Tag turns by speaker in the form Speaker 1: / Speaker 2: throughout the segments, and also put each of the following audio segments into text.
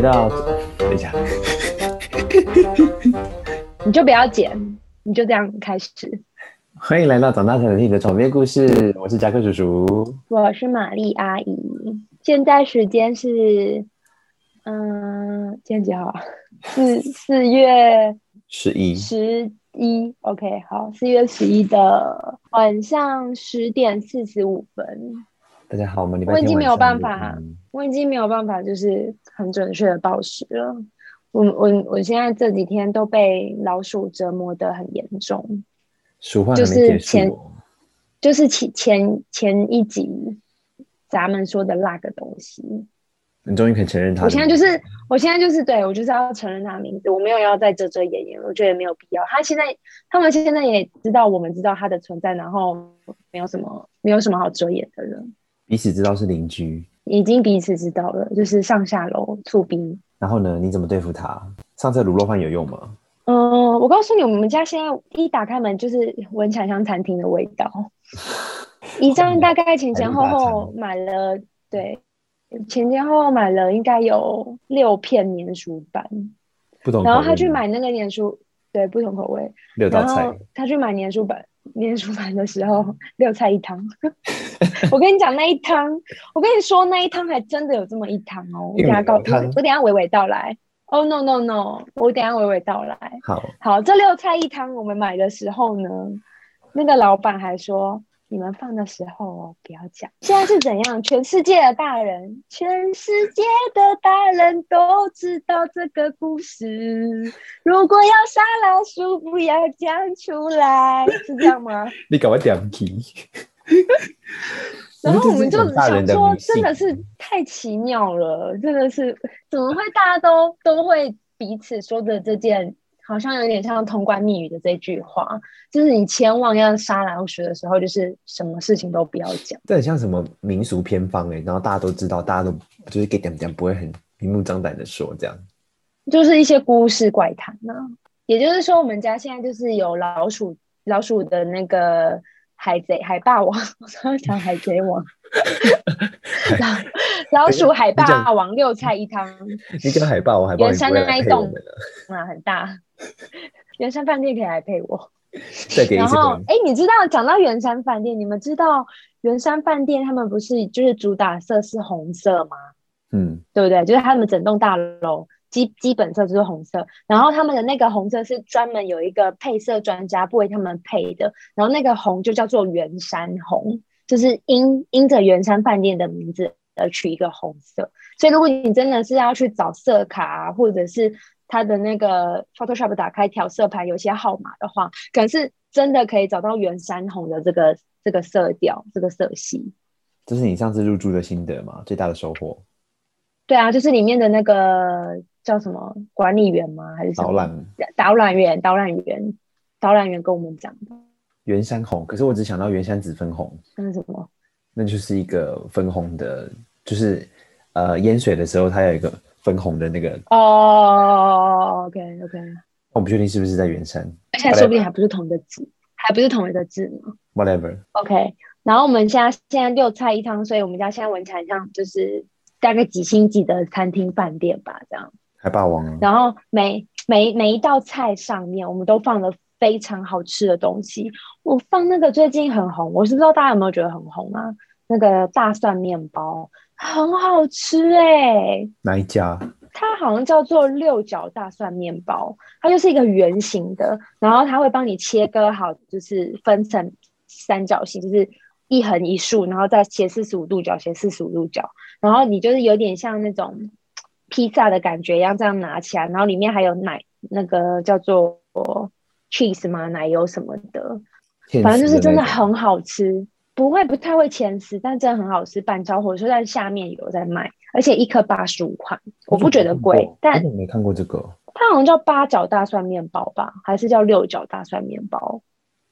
Speaker 1: 到，等一下，
Speaker 2: 你就不要剪，你就这样开始。
Speaker 1: 欢迎来到长大才能听的床边故事，我是夹克叔叔。
Speaker 2: 我是玛丽阿姨，现在时间是，嗯，今天几号啊？四四月
Speaker 1: 十一，
Speaker 2: 十一，OK，好，四月十一的晚上十点四十五分。
Speaker 1: 大家好，我们礼拜
Speaker 2: 我已
Speaker 1: 天
Speaker 2: 经没有
Speaker 1: 晚上
Speaker 2: 办法
Speaker 1: 录音
Speaker 2: 我已经没有办法就是很准确的报时了。我我我现在这几天都被老鼠折磨得很严重。
Speaker 1: 鼠患还
Speaker 2: 就
Speaker 1: 没
Speaker 2: 是
Speaker 1: 结束
Speaker 2: 前
Speaker 1: 哦，
Speaker 2: 就是前前前一集咱们说的那个东西，
Speaker 1: 你终于肯承认他。
Speaker 2: 我现在就是，我现在就是，对我就是要承认他的名字，我没有要再遮遮掩掩，我觉得没有必要。他现在，他们现在也知道我们知道他的存在，然后没有什么没有什么好遮掩的了，
Speaker 1: 彼此知道是邻居，
Speaker 2: 已经彼此知道了，就是上下楼醋逼。
Speaker 1: 然后呢，你怎么对付他？上次卤肉饭有用吗？
Speaker 2: 嗯，我告诉你，我们家现在一打开门就是闻起来像餐厅的味道。一站大概前前后后买了，对，前前后后买了应该有六片粘鼠板，
Speaker 1: 不懂口味。
Speaker 2: 然后他去买那个粘鼠，对，不同口味。
Speaker 1: 六道
Speaker 2: 然
Speaker 1: 菜
Speaker 2: 后，他去买粘鼠板，粘鼠板的时候六菜一汤。 我跟你讲那一汤，我跟你说那一汤还真的有这么一汤哦，我
Speaker 1: 玉
Speaker 2: 等下
Speaker 1: 米
Speaker 2: 告，
Speaker 1: 浓汤
Speaker 2: 我等下娓娓道来。Oh no no no，我等下娓娓道来。
Speaker 1: 好，
Speaker 2: 好，这六菜一汤我们买的时候呢，那个老板还说，你们放的时候哦不要讲。现在是怎样？全世界的大人，全世界的大人都知道这个故事。如果要杀老鼠，不要讲出来，是这样吗？
Speaker 1: 你赶快点题。
Speaker 2: 然后我们就
Speaker 1: 这是一种大人
Speaker 2: 想
Speaker 1: 的
Speaker 2: 说，
Speaker 1: 迷信
Speaker 2: 真的是太奇妙了，真的是怎么会大家都都会彼此说的这件，好像有点像通关密语的这句话，就是你千万要杀老鼠的时候，就是什么事情都不要讲。
Speaker 1: 这很像什么民俗偏方哎、然后大家都知道，大家都就是给点点不会很明目张胆的说这样。
Speaker 2: 就是一些故事怪谈呢、也就是说，我们家现在就是有老鼠，老鼠的那个海贼海霸王，我刚刚讲海 贼王，老老鼠海霸王六菜一汤
Speaker 1: 你讲海报，我海报
Speaker 2: 原
Speaker 1: 也不
Speaker 2: 山
Speaker 1: 会
Speaker 2: 的那
Speaker 1: 来
Speaker 2: 一
Speaker 1: 配我
Speaker 2: 栋
Speaker 1: 们了。
Speaker 2: 啊，很大。圆山饭店可以来配我。
Speaker 1: 再给一
Speaker 2: 然
Speaker 1: 次
Speaker 2: 后
Speaker 1: 光，
Speaker 2: 哎，你知道讲到圆山饭店，你们知道圆山饭店他们不是就是主打色是红色吗？
Speaker 1: 嗯，
Speaker 2: 对不对？就是他们整栋大楼基基本色就是红色，然后他们的那个红色是专门有一个配色专家不为他们配的，然后那个红就叫做圆山红，就是因因着圆山饭店的名字而取一个红色。所以如果你真的是要去找色卡、啊，或者是它的那个 Photoshop 打开调色盘有一些号码的话，可能是真的可以找到圆山红的这个这个色调、这个色系。
Speaker 1: 这是你上次入住的心得嘛？最大的收获，
Speaker 2: 对啊，就是里面的那个叫什么管理员吗？还是什么
Speaker 1: 导览
Speaker 2: 导览员？导览员，导览员跟我们讲的，
Speaker 1: 圆山红。可是我只想到圆山紫分红，
Speaker 2: 那是什么？
Speaker 1: 那就是一个分红的，就是呃淹水的时候它有一个分红的那个，
Speaker 2: 哦，OK OK，
Speaker 1: 我不确定是不是在圆山
Speaker 2: 而且说不定还不是同一个字，还不是同一个字呢。
Speaker 1: ，whatever。
Speaker 2: OK，然后我们现在现在六菜一汤，所以我们家现在闻起来像就是大概几星级的餐厅饭店吧，这样。
Speaker 1: 海霸王啊，
Speaker 2: 然后每每每一道菜上面，我们都放了非常好吃的东西。我放那个最近很红，我是不知道大家有没有觉得很红啊？那个大蒜面包很好吃哎、
Speaker 1: 哪一家？
Speaker 2: 它好像叫做六角大蒜面包，它就是一个圆形的，然后它会帮你切割好，就是分成三角形，就是一横一竖，然后再斜四十五度角，斜四十五度角，然后你就是有点像那种披萨的感觉一样，这样拿起来，然后里面还有奶，那个叫做 cheese 嘛，奶油什么的，
Speaker 1: 天
Speaker 2: 反正就是
Speaker 1: 使
Speaker 2: 真
Speaker 1: 那
Speaker 2: 的
Speaker 1: 种
Speaker 2: 很好吃，不会不太会前十，但真的很好吃。板桥火车站下面有在卖，而且一颗八十五块，我不觉得贵，
Speaker 1: 我
Speaker 2: 但
Speaker 1: 哦怎么没看过这个？
Speaker 2: 它好像叫八角大蒜面包吧，还是叫六角大蒜面包？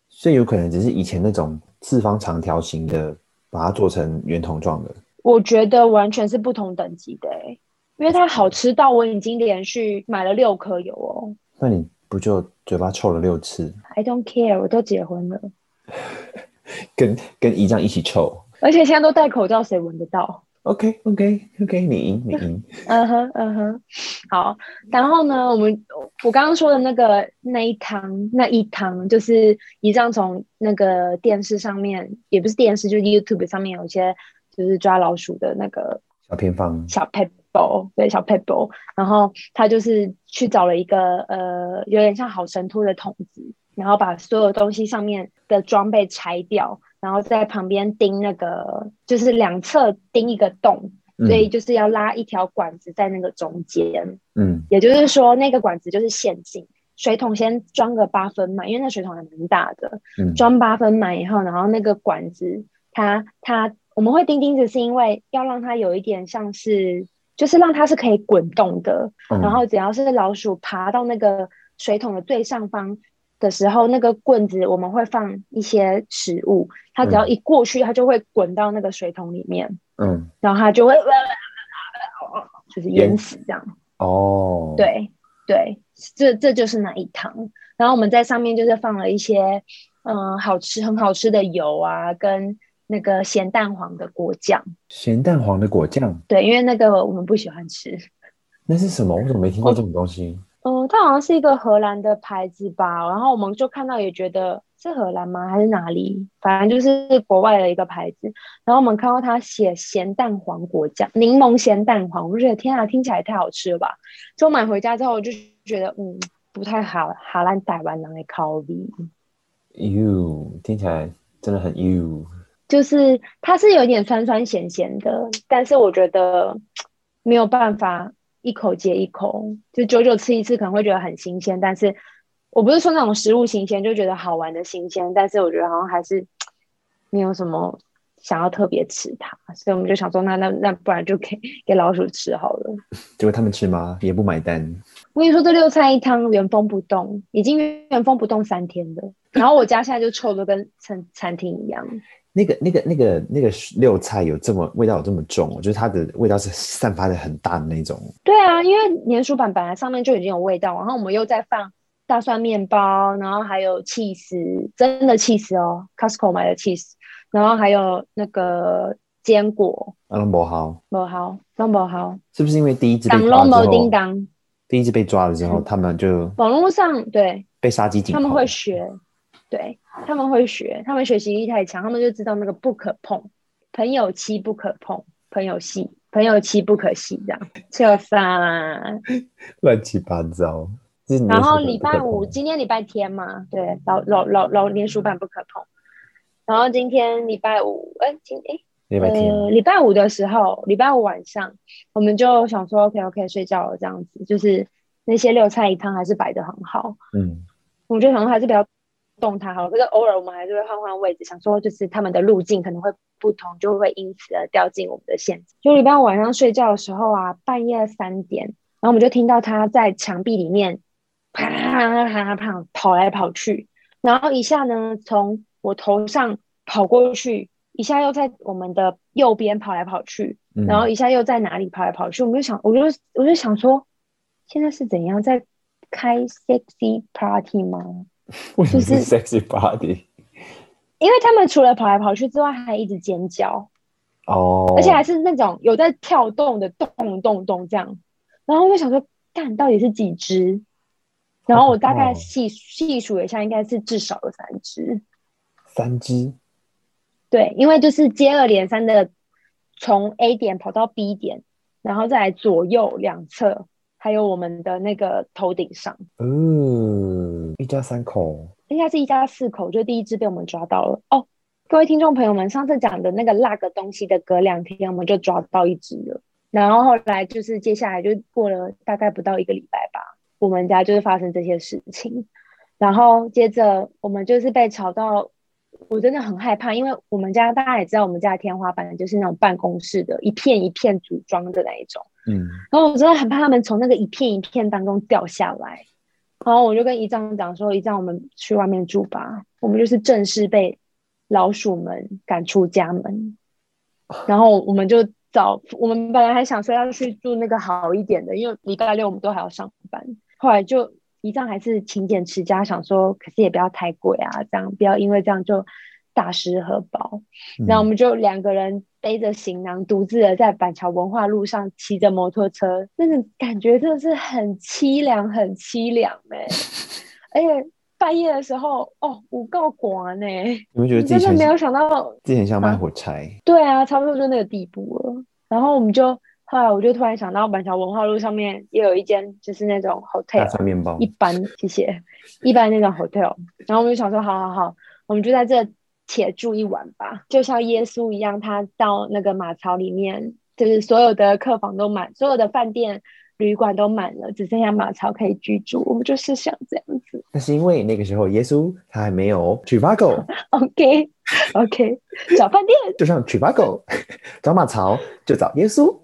Speaker 1: 所以有可能只是以前那种四方长条形的，把它做成圆筒状的。
Speaker 2: 我觉得完全是不同等级的、欸，因为它好吃到我已经连续买了六颗有哦。
Speaker 1: 那你不就嘴巴臭了六次，
Speaker 2: I don't care，我都结婚了，
Speaker 1: 跟跟姨丈一起臭？
Speaker 2: 而且现在都戴口罩，谁闻得到？
Speaker 1: OK OK OK，你赢你 赢。
Speaker 2: 嗯哼，嗯哼，好。然后呢，我们我刚刚说的那个那一堂那一堂，就是一仗从那个电视上面，也不是电视，就是 YouTube 上面有一些就是抓老鼠的那个
Speaker 1: 小偏方，
Speaker 2: 小 pebble，对，小 pebble。然后他就是去找了一个呃，有点像好神兔的筒子，然后把所有东西上面的装备拆掉，然后在旁边钉那个，就是两侧钉一个洞。所以就是要拉一条管子在那个中间，
Speaker 1: 嗯
Speaker 2: 也就是说那个管子就是陷阱。水桶先装个八分满，因为那水桶还蛮大的，
Speaker 1: 嗯
Speaker 2: 装八分满以后，然后那个管子它它我们会钉钉子，是因为要让它有一点像是，就是让它是可以滚动的。
Speaker 1: 嗯，
Speaker 2: 然后只要是老鼠爬到那个水桶的最上方的时候，那个棍子我们会放一些食物，它只要一过去，它就会滚到那个水桶里面。
Speaker 1: 嗯
Speaker 2: 然后他就会 就是淹死这样。
Speaker 1: 哦，，
Speaker 2: 对对，这这就是那一堂。然后我们在上面就是放了一些嗯、呃好吃很好吃的油啊，跟那个咸蛋黄的果酱。
Speaker 1: 咸蛋黄的果酱
Speaker 2: 对，因为那个我们不喜欢吃。
Speaker 1: 那是什么？我怎么没听过这种东西？
Speaker 2: 嗯、它好像是一个荷兰的牌子吧，然后我们就看到也觉得是荷兰吗？还是哪里？反正就是国外的一个牌子。然后我们看到它写咸蛋黄果酱，柠檬咸蛋黄，我就觉得天啊，听起来也太好吃了吧！就买回家之后，我就觉得嗯，不太好，荷兰台湾人的口味。
Speaker 1: you 听起来真的很 you，
Speaker 2: 就是它是有点酸酸咸咸的，但是我觉得没有办法一口接一口，就久久吃一次可能会觉得很新鲜，但是我不是说那种食物新鲜，就觉得好玩的新鲜，但是我觉得好像还是没有什么想要特别吃它，所以我们就想说那，那那不然就给给老鼠吃好了。
Speaker 1: 结果他们吃吗？也不买单。
Speaker 2: 我跟你说，这六菜一汤原封不动，已经原封不动三天了。然后我家现在就臭的跟餐餐厅一样。
Speaker 1: 那个、那个、那个、那个六菜有这么味道有这么重哦，就是它的味道是散发的很大的那种。
Speaker 2: 对啊，因为粘鼠板本来上面就已经有味道，然后我们又再放大蒜面包，然后还有 cheese，真的 cheese 哦，Costco 买的 cheese，然后还有那个坚果，
Speaker 1: 阿龙伯豪
Speaker 2: 不好，弄不好，
Speaker 1: 是不是因为第一只被
Speaker 2: 当
Speaker 1: 抓
Speaker 2: 龙
Speaker 1: 了
Speaker 2: 某
Speaker 1: 之
Speaker 2: 叮
Speaker 1: 后，
Speaker 2: 当，
Speaker 1: 第一只被抓了之后，他们就
Speaker 2: 网络上对
Speaker 1: 被杀鸡儆猴？
Speaker 2: 他们会学，对他们会学，他们学习力太强，他们就知道那个不可碰，朋友妻不可碰，朋友戏，朋友妻不可戏这样，就杀啦。
Speaker 1: 乱七八糟。这是你的
Speaker 2: 然后
Speaker 1: 手
Speaker 2: 礼
Speaker 1: 不可
Speaker 2: 拜五，
Speaker 1: 碰
Speaker 2: 今天礼拜天嘛，对，老老老老年鼠版不可碰。然后今天礼拜五，哎、今哎、
Speaker 1: 礼拜天，
Speaker 2: 呃，礼拜五的时候，礼拜五晚上，我们就想说，OK OK，睡觉了这样子，就是那些六菜一汤还是摆的很好，
Speaker 1: 嗯，
Speaker 2: 我们就想说还是不要动它好了。可是偶尔我们还是会换换位置，想说就是他们的路径可能会不同，就会因此而掉进我们的陷阱。就礼拜五晚上睡觉的时候啊，半夜三点，然后我们就听到它在墙壁里面啪啪啪啪跑来跑去，然后一下呢从我头上跑过去，一下又在我们的右边跑来跑去，
Speaker 1: 嗯
Speaker 2: 然后一下又在哪里跑来跑去，我们就想，我就我就想说，现在是怎样在开 sexy party 吗？
Speaker 1: 为什么
Speaker 2: 就是
Speaker 1: 是 sexy body？
Speaker 2: 因为他们除了跑来跑去之外，还一直尖叫，
Speaker 1: 哦，
Speaker 2: 而且还是那种有在跳动的动动动这样。然后我就想说，干到底是几只？然后我大概
Speaker 1: 哦
Speaker 2: 细细数了一下，应该是至少有三只。
Speaker 1: 三只，
Speaker 2: 对，因为就是接二连三的从 A 点跑到 B 点，然后再来左右两侧，还有我们的那个头顶上，
Speaker 1: 嗯，一家三口，
Speaker 2: 应该是哎一家四口，就第一只被我们抓到了。哦，各位听众朋友们，上次讲的那个那个东西的，隔两天我们就抓到一只了。然后后来就是接下来就过了大概不到一个礼拜吧，我们家就是发生这些事情，然后接着我们就是被吵到，我真的很害怕，因为我们家大家也知道，我们家的天花板就是那种办公室的，一片一片组装的那一种。
Speaker 1: 嗯，
Speaker 2: 然后我真的很怕他们从那个一片一片当中掉下来。然后我就跟一丈讲说：“一丈，我们去外面住吧。我们就是正式被老鼠们赶出家门。然后我们就找我们本来还想说要去住那个好一点的，因为礼拜六我们都还要上班。后来就一丈还是勤俭持家，想说可是也不要太贵啊，这样不要因为这样就大狮荷包。
Speaker 1: 嗯
Speaker 2: 然后我们就两个人背着行囊，独自的在板桥文化路上骑着摩托车，那种感觉真的是很凄凉，很凄凉 哎、而且半夜的时候，哦，五告寡呢，
Speaker 1: 你们觉得
Speaker 2: 欸 你
Speaker 1: 自
Speaker 2: 真
Speaker 1: 己
Speaker 2: 的
Speaker 1: 很
Speaker 2: 没有
Speaker 1: 像
Speaker 2: 想到，
Speaker 1: 自己很像卖
Speaker 2: 啊
Speaker 1: 火柴？
Speaker 2: 对啊，差不多就那个地步了。然后我们就后来我就突然想到，板桥文化路上面也有一间就是那种
Speaker 1: 大
Speaker 2: hotel，
Speaker 1: 蒜面包
Speaker 2: 一，般，谢谢，一般那种 hotel。然后我们就想说，好好好，我们就在这且住一晚吧，就像耶稣一样，他到那个马槽里面，就是所有的客房都满，所有的饭店、旅馆都满了，只剩下马槽可以居住。我们就是想这样子。
Speaker 1: 那是因为那个时候耶稣他还没有 Trivago，
Speaker 2: OK OK，找 饭店。
Speaker 1: 就像 Trivago 找马槽就找耶稣，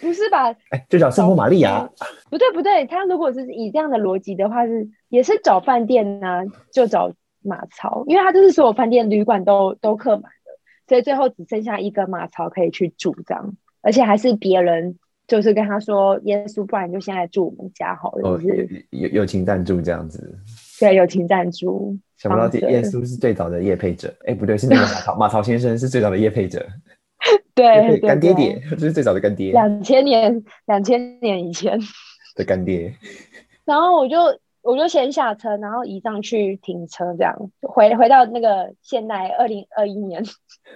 Speaker 2: 不是吧？
Speaker 1: 哎，就找圣母玛利亚。
Speaker 2: 不对不对，他如果是以这样的逻辑的话是，也是找饭店呐、就找马槽，因为他就是所有饭店旅馆都都客满了，所以最后只剩下一个马槽可以去住这样，而且还是别人就是跟他说，耶稣，不然你就现在住我们家好了，
Speaker 1: 哦
Speaker 2: 就，是
Speaker 1: 友友情赞助这样子，
Speaker 2: 对友情赞助，
Speaker 1: 想不到这
Speaker 2: 方式
Speaker 1: 耶稣是最早的夜配者，哎，不对，是那个 马槽马槽先生是最早的夜配者，
Speaker 2: 对对
Speaker 1: 对，干爹
Speaker 2: 对
Speaker 1: 爹， 这是最早的干爹
Speaker 2: 两千年两千年以前。
Speaker 1: 的干爹，
Speaker 2: 然后我就我就先下车，然后移上去停车，这样回回到那个现代二零二一年，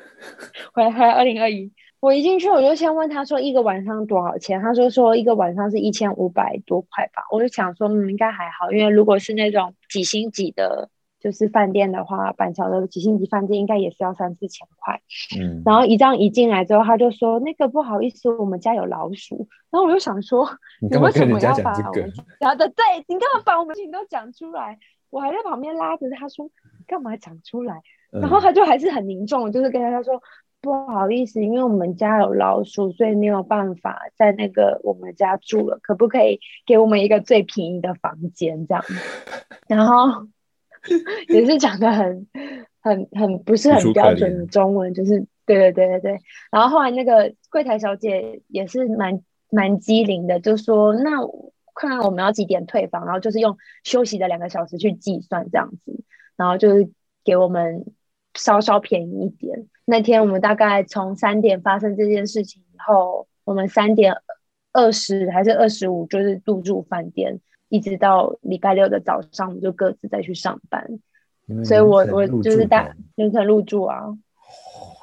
Speaker 2: 回回二零二一。我一进去我就先问他说一个晚上多少钱，他说说一个晚上是一千五百多块吧。我就想说，嗯，应该还好，因为如果是那种几星级的，就是饭店的话，板桥的几星级饭店应该也是要三四千块。
Speaker 1: 嗯，
Speaker 2: 然后一这样一进来之后，他就说那个不好意思，我们家有老鼠。然后我就想说，
Speaker 1: 你
Speaker 2: 你
Speaker 1: 干嘛
Speaker 2: 为什
Speaker 1: 跟
Speaker 2: 么
Speaker 1: 人家
Speaker 2: 要
Speaker 1: 讲
Speaker 2: 把
Speaker 1: 这
Speaker 2: 我
Speaker 1: 个
Speaker 2: 们？家的对你干嘛把我们情都讲出来？我还在旁边拉着他说你干嘛讲出来？然后
Speaker 1: 嗯
Speaker 2: 他就还是很凝重，就是跟他说不好意思，因为我们家有老鼠，所以没有办法在那个我们家住了，可不可以给我们一个最便宜的房间这样？然后也是讲的很很很不是
Speaker 1: 楚
Speaker 2: 很
Speaker 1: 楚
Speaker 2: 标
Speaker 1: 可
Speaker 2: 准
Speaker 1: 怜
Speaker 2: 的中文，就是对对对对对。然后后来那个柜台小姐也是蛮蛮机灵的，就说那看我们要几点退房，然后就是用休息的两个小时去计算这样子，然后就是给我们稍稍便宜一点。那天我们大概从三点发生这件事情以后，我们三点二十还是二十五就是入住饭店，一直到礼拜六的早上，我们就各自再去上班。
Speaker 1: 你们
Speaker 2: 所以我
Speaker 1: 凌晨嗯
Speaker 2: 我
Speaker 1: 入
Speaker 2: 就是
Speaker 1: 住
Speaker 2: 大
Speaker 1: 房
Speaker 2: 凌晨入住啊，
Speaker 1: 哦，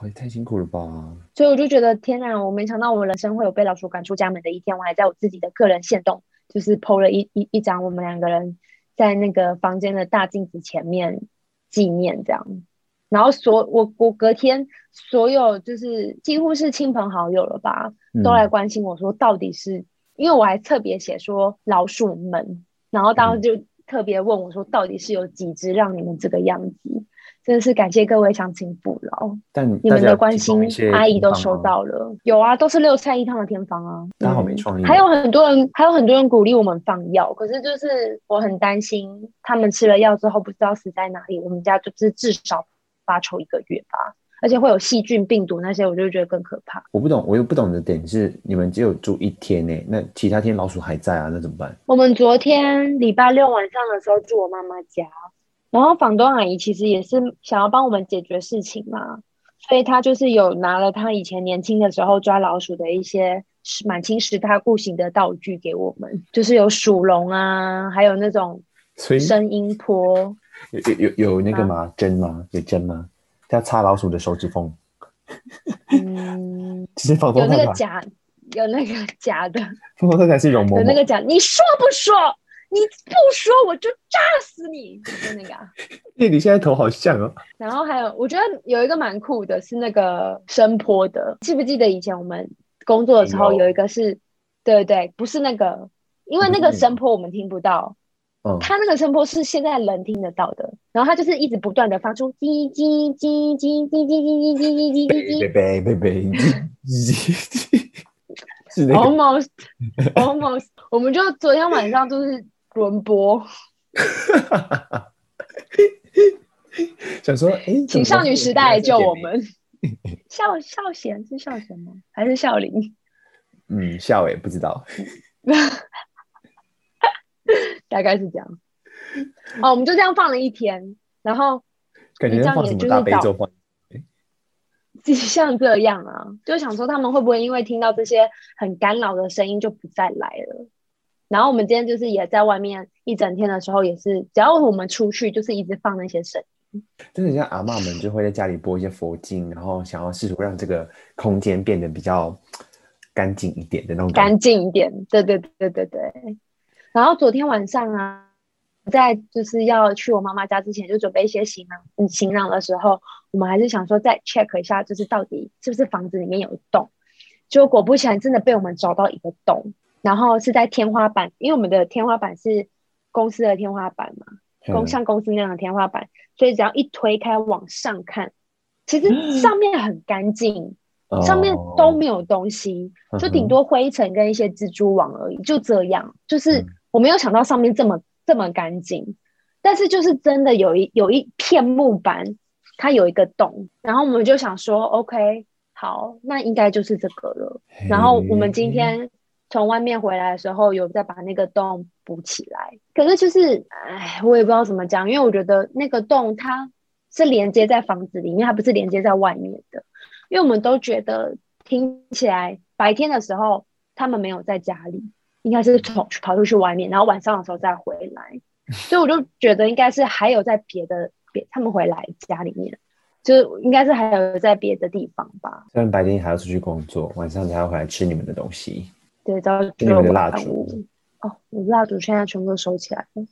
Speaker 1: 也太辛苦了吧？
Speaker 2: 所以我就觉得天哪，我没想到我人生会有被老鼠赶出家门的一天。我还在我自己的个人线动，就是 PO 了一一一张我们两个人在那个房间的大镜子前面纪念这样。然后所我我隔天所有就是几乎是亲朋好友了吧，
Speaker 1: 嗯
Speaker 2: 都来关心我说到底是，因为我还特别写说老鼠们，然后当时
Speaker 1: 嗯
Speaker 2: 就特别问我说到底是有几只让你们这个样子，真的是感谢各位乡亲父老，
Speaker 1: 但
Speaker 2: 你
Speaker 1: 大
Speaker 2: 们
Speaker 1: 家有
Speaker 2: 的关
Speaker 1: 提供
Speaker 2: 心
Speaker 1: 一些哦
Speaker 2: 阿姨
Speaker 1: 偏
Speaker 2: 都
Speaker 1: 方
Speaker 2: 收
Speaker 1: 吗，
Speaker 2: 到了，有啊，都是六菜一汤的偏方啊，
Speaker 1: 大家好
Speaker 2: 嗯
Speaker 1: 没创意哦
Speaker 2: 还有很多人还有很多人鼓励我们放药，可是就是我很担心他们吃了药之后不知道死在哪里，我们家就是至少发愁一个月吧，而且会有细菌、病毒那些，我就觉得更可怕。
Speaker 1: 我不懂，我又不懂的点是，你们只有住一天呢，那其他天老鼠还在啊，那怎么办？
Speaker 2: 我们昨天礼拜六晚上的时候住我妈妈家，然后房东阿姨其实也是想要帮我们解决事情嘛，所以她就是有拿了她以前年轻的时候抓老鼠的一些是满清十大酷刑的道具给我们，就是有鼠笼啊，还有那种
Speaker 1: 所以
Speaker 2: 声音波，
Speaker 1: 有有有有那个
Speaker 2: 啊
Speaker 1: 吗？针吗？有针吗？要插老鼠的手指缝，
Speaker 2: 嗯，
Speaker 1: 其实房
Speaker 2: 有
Speaker 1: 东
Speaker 2: 那
Speaker 1: 太太，
Speaker 2: 个假，有那个假的，
Speaker 1: 房东太太是容嬷
Speaker 2: 有那
Speaker 1: 嬷，
Speaker 2: 个假，你说不说？你不说我就炸死你，就那个、啊。
Speaker 1: 哎你现在头好像哦，
Speaker 2: 然后还有，我觉得有一个蛮酷的是那个声波的，记不记得以前我们工作的时候
Speaker 1: 有
Speaker 2: 有一个是，对对对，不是那个，因为那个声波我们听不到，
Speaker 1: 嗯，
Speaker 2: 它那个声波是现在人听得到的，然后它就是一直不断的发出叽叽叽叽叽叽叽叽叽叽
Speaker 1: 贝
Speaker 2: 叽叽
Speaker 1: 贝贝贝， 是那个
Speaker 2: ，almost almost，我们就昨天晚上就是轮播，
Speaker 1: 想说，哎，怎
Speaker 2: 请
Speaker 1: 么
Speaker 2: 少女时代来救我
Speaker 1: 点名，
Speaker 2: 们。 笑 笑贤是笑贤吗？还是笑林？
Speaker 1: 嗯，笑哎，不知道，
Speaker 2: 大概是这样。哦，我们就这样放了一天，然后
Speaker 3: 感觉放什么大悲咒放。
Speaker 2: 像这样啊，就想说他们会不会因为听到这些很干扰的声音就不再来了？然后我们今天就是也在外面一整天的时候，也是只要我们出去，就是一直放那些声音。
Speaker 1: 真的像阿嬷们就会在家里播一些佛经，然后想要试图让这个空间变得比较干净一点的那种感觉。
Speaker 2: 干净一点，对对对对对。然后昨天晚上啊，在就是要去我妈妈家之前，就准备一些行囊，嗯，行囊的时候，我们还是想说再 check 一下，就是到底是不是房子里面有洞。结果果不其然，真的被我们找到一个洞，然后是在天花板，因为我们的天花板是公司的天花板嘛，公
Speaker 1: 嗯
Speaker 2: 像公司那样的天花板，所以只要一推开往上看，其实上面很干净。上面都没有东西，
Speaker 1: 哦
Speaker 2: 就顶多灰尘跟一些蜘蛛网而已，就这样。就是
Speaker 1: 嗯
Speaker 2: 我没有想到上面这么这么干净，但是就是真的有一有一片木板，它有一个洞，然后我们就想说，OK，好，那应该就是这个了。
Speaker 1: 嗯
Speaker 2: 然后我们今天从外面回来的时候，有再把那个洞补起来。可是就是，哎，我也不知道怎么讲，因为我觉得那个洞它是连接在房子里面，它不是连接在外面的。因为我们都觉得听起来白天的时候他们没有在家里，应该是跑跑出去外面，然后晚上的时候再回来，所以我就觉得应该是还有在别的别他们回来家里面，就是应该是还有在别的地方吧。
Speaker 1: 虽然白天还要出去工作，晚上才要回来吃你们的东西。
Speaker 2: 对，到
Speaker 1: 那你们的
Speaker 2: 晚
Speaker 1: 蜡
Speaker 2: 上
Speaker 1: 烛
Speaker 2: 屋哦，我的蜡烛现在全部都收起来了，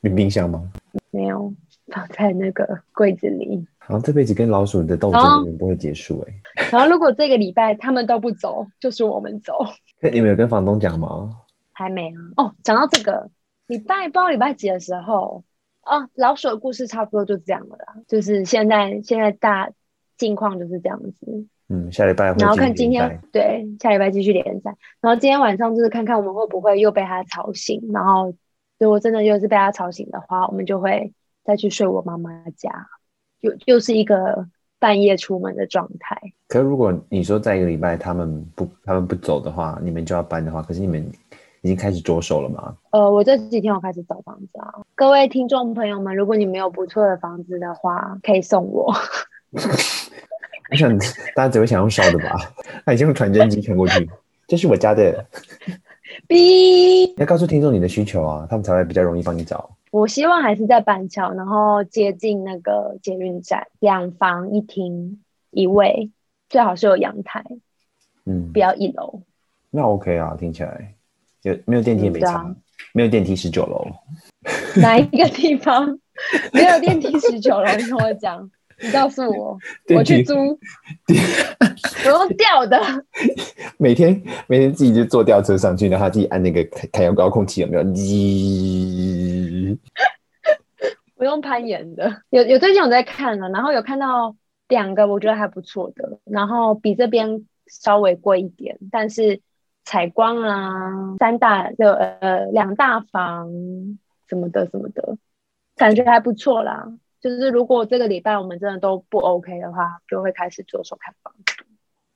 Speaker 1: 你冰箱吗？
Speaker 2: 没有放在那个 柜子里。
Speaker 1: 好像这辈子跟老鼠的斗争
Speaker 2: 哦
Speaker 1: 永远不会结束哎、欸。
Speaker 2: 然后如果这个礼拜他们都不走，就是我们走，
Speaker 1: 那你们有跟房东讲吗？
Speaker 2: 还没啊。哦，讲到这个礼拜，不知道礼拜几的时候，哦，老鼠的故事差不多就这样了啦。就是现在现在大近况就是这样子，
Speaker 1: 嗯，下礼拜会
Speaker 2: 然后
Speaker 1: 进
Speaker 2: 看今
Speaker 1: 联
Speaker 2: 天
Speaker 1: 赛
Speaker 2: 对下礼拜继续联赛，然后今天晚上就是看看我们会不会又被他吵醒，然后如果真的又是被他吵醒的话，我们就会再去睡我妈妈家，又又是一个半夜出门的状态。
Speaker 1: 可是如果你说在一个礼拜他们不他们不走的话，你们就要搬的话，可是你们已经开始着手了嘛？
Speaker 2: 呃，我这几天我开始找房子啊，各位听众朋友们，如果你们有不错的房子的话，可以送我。
Speaker 1: 我想 大家只会想用烧的吧？那已经用传真机传过去，这是我家的，
Speaker 2: B，
Speaker 1: 你要告诉听众你的需求啊，他们才会比较容易帮你找。
Speaker 2: 我希望还是在板桥，然后接近那个捷运站，两房一厅一卫，最好是有阳台，
Speaker 1: 嗯
Speaker 2: 不，要一楼。
Speaker 1: 那 OK 啊，听起来有没有电梯也没
Speaker 2: 嗯对啊
Speaker 1: 差，没有电梯十九楼。
Speaker 2: 哪一个 地方没有电梯十九楼？你跟我讲，你告诉我，我
Speaker 1: 电
Speaker 2: 去
Speaker 1: 梯
Speaker 2: 租，我 用吊的。
Speaker 1: 每天每天自己就坐吊车上去，然后他自己按那个开开遥控器有没有？咦，
Speaker 2: 不用攀岩的，有有最近有在看了，然后有看到两个我觉得还不错的，然后比这边稍微贵一点，但是采光啊，三大就呃两大房什么的什么的，感觉还不错啦。就是如果这个礼拜我们真的都不 OK 的话，就会开始着手看房。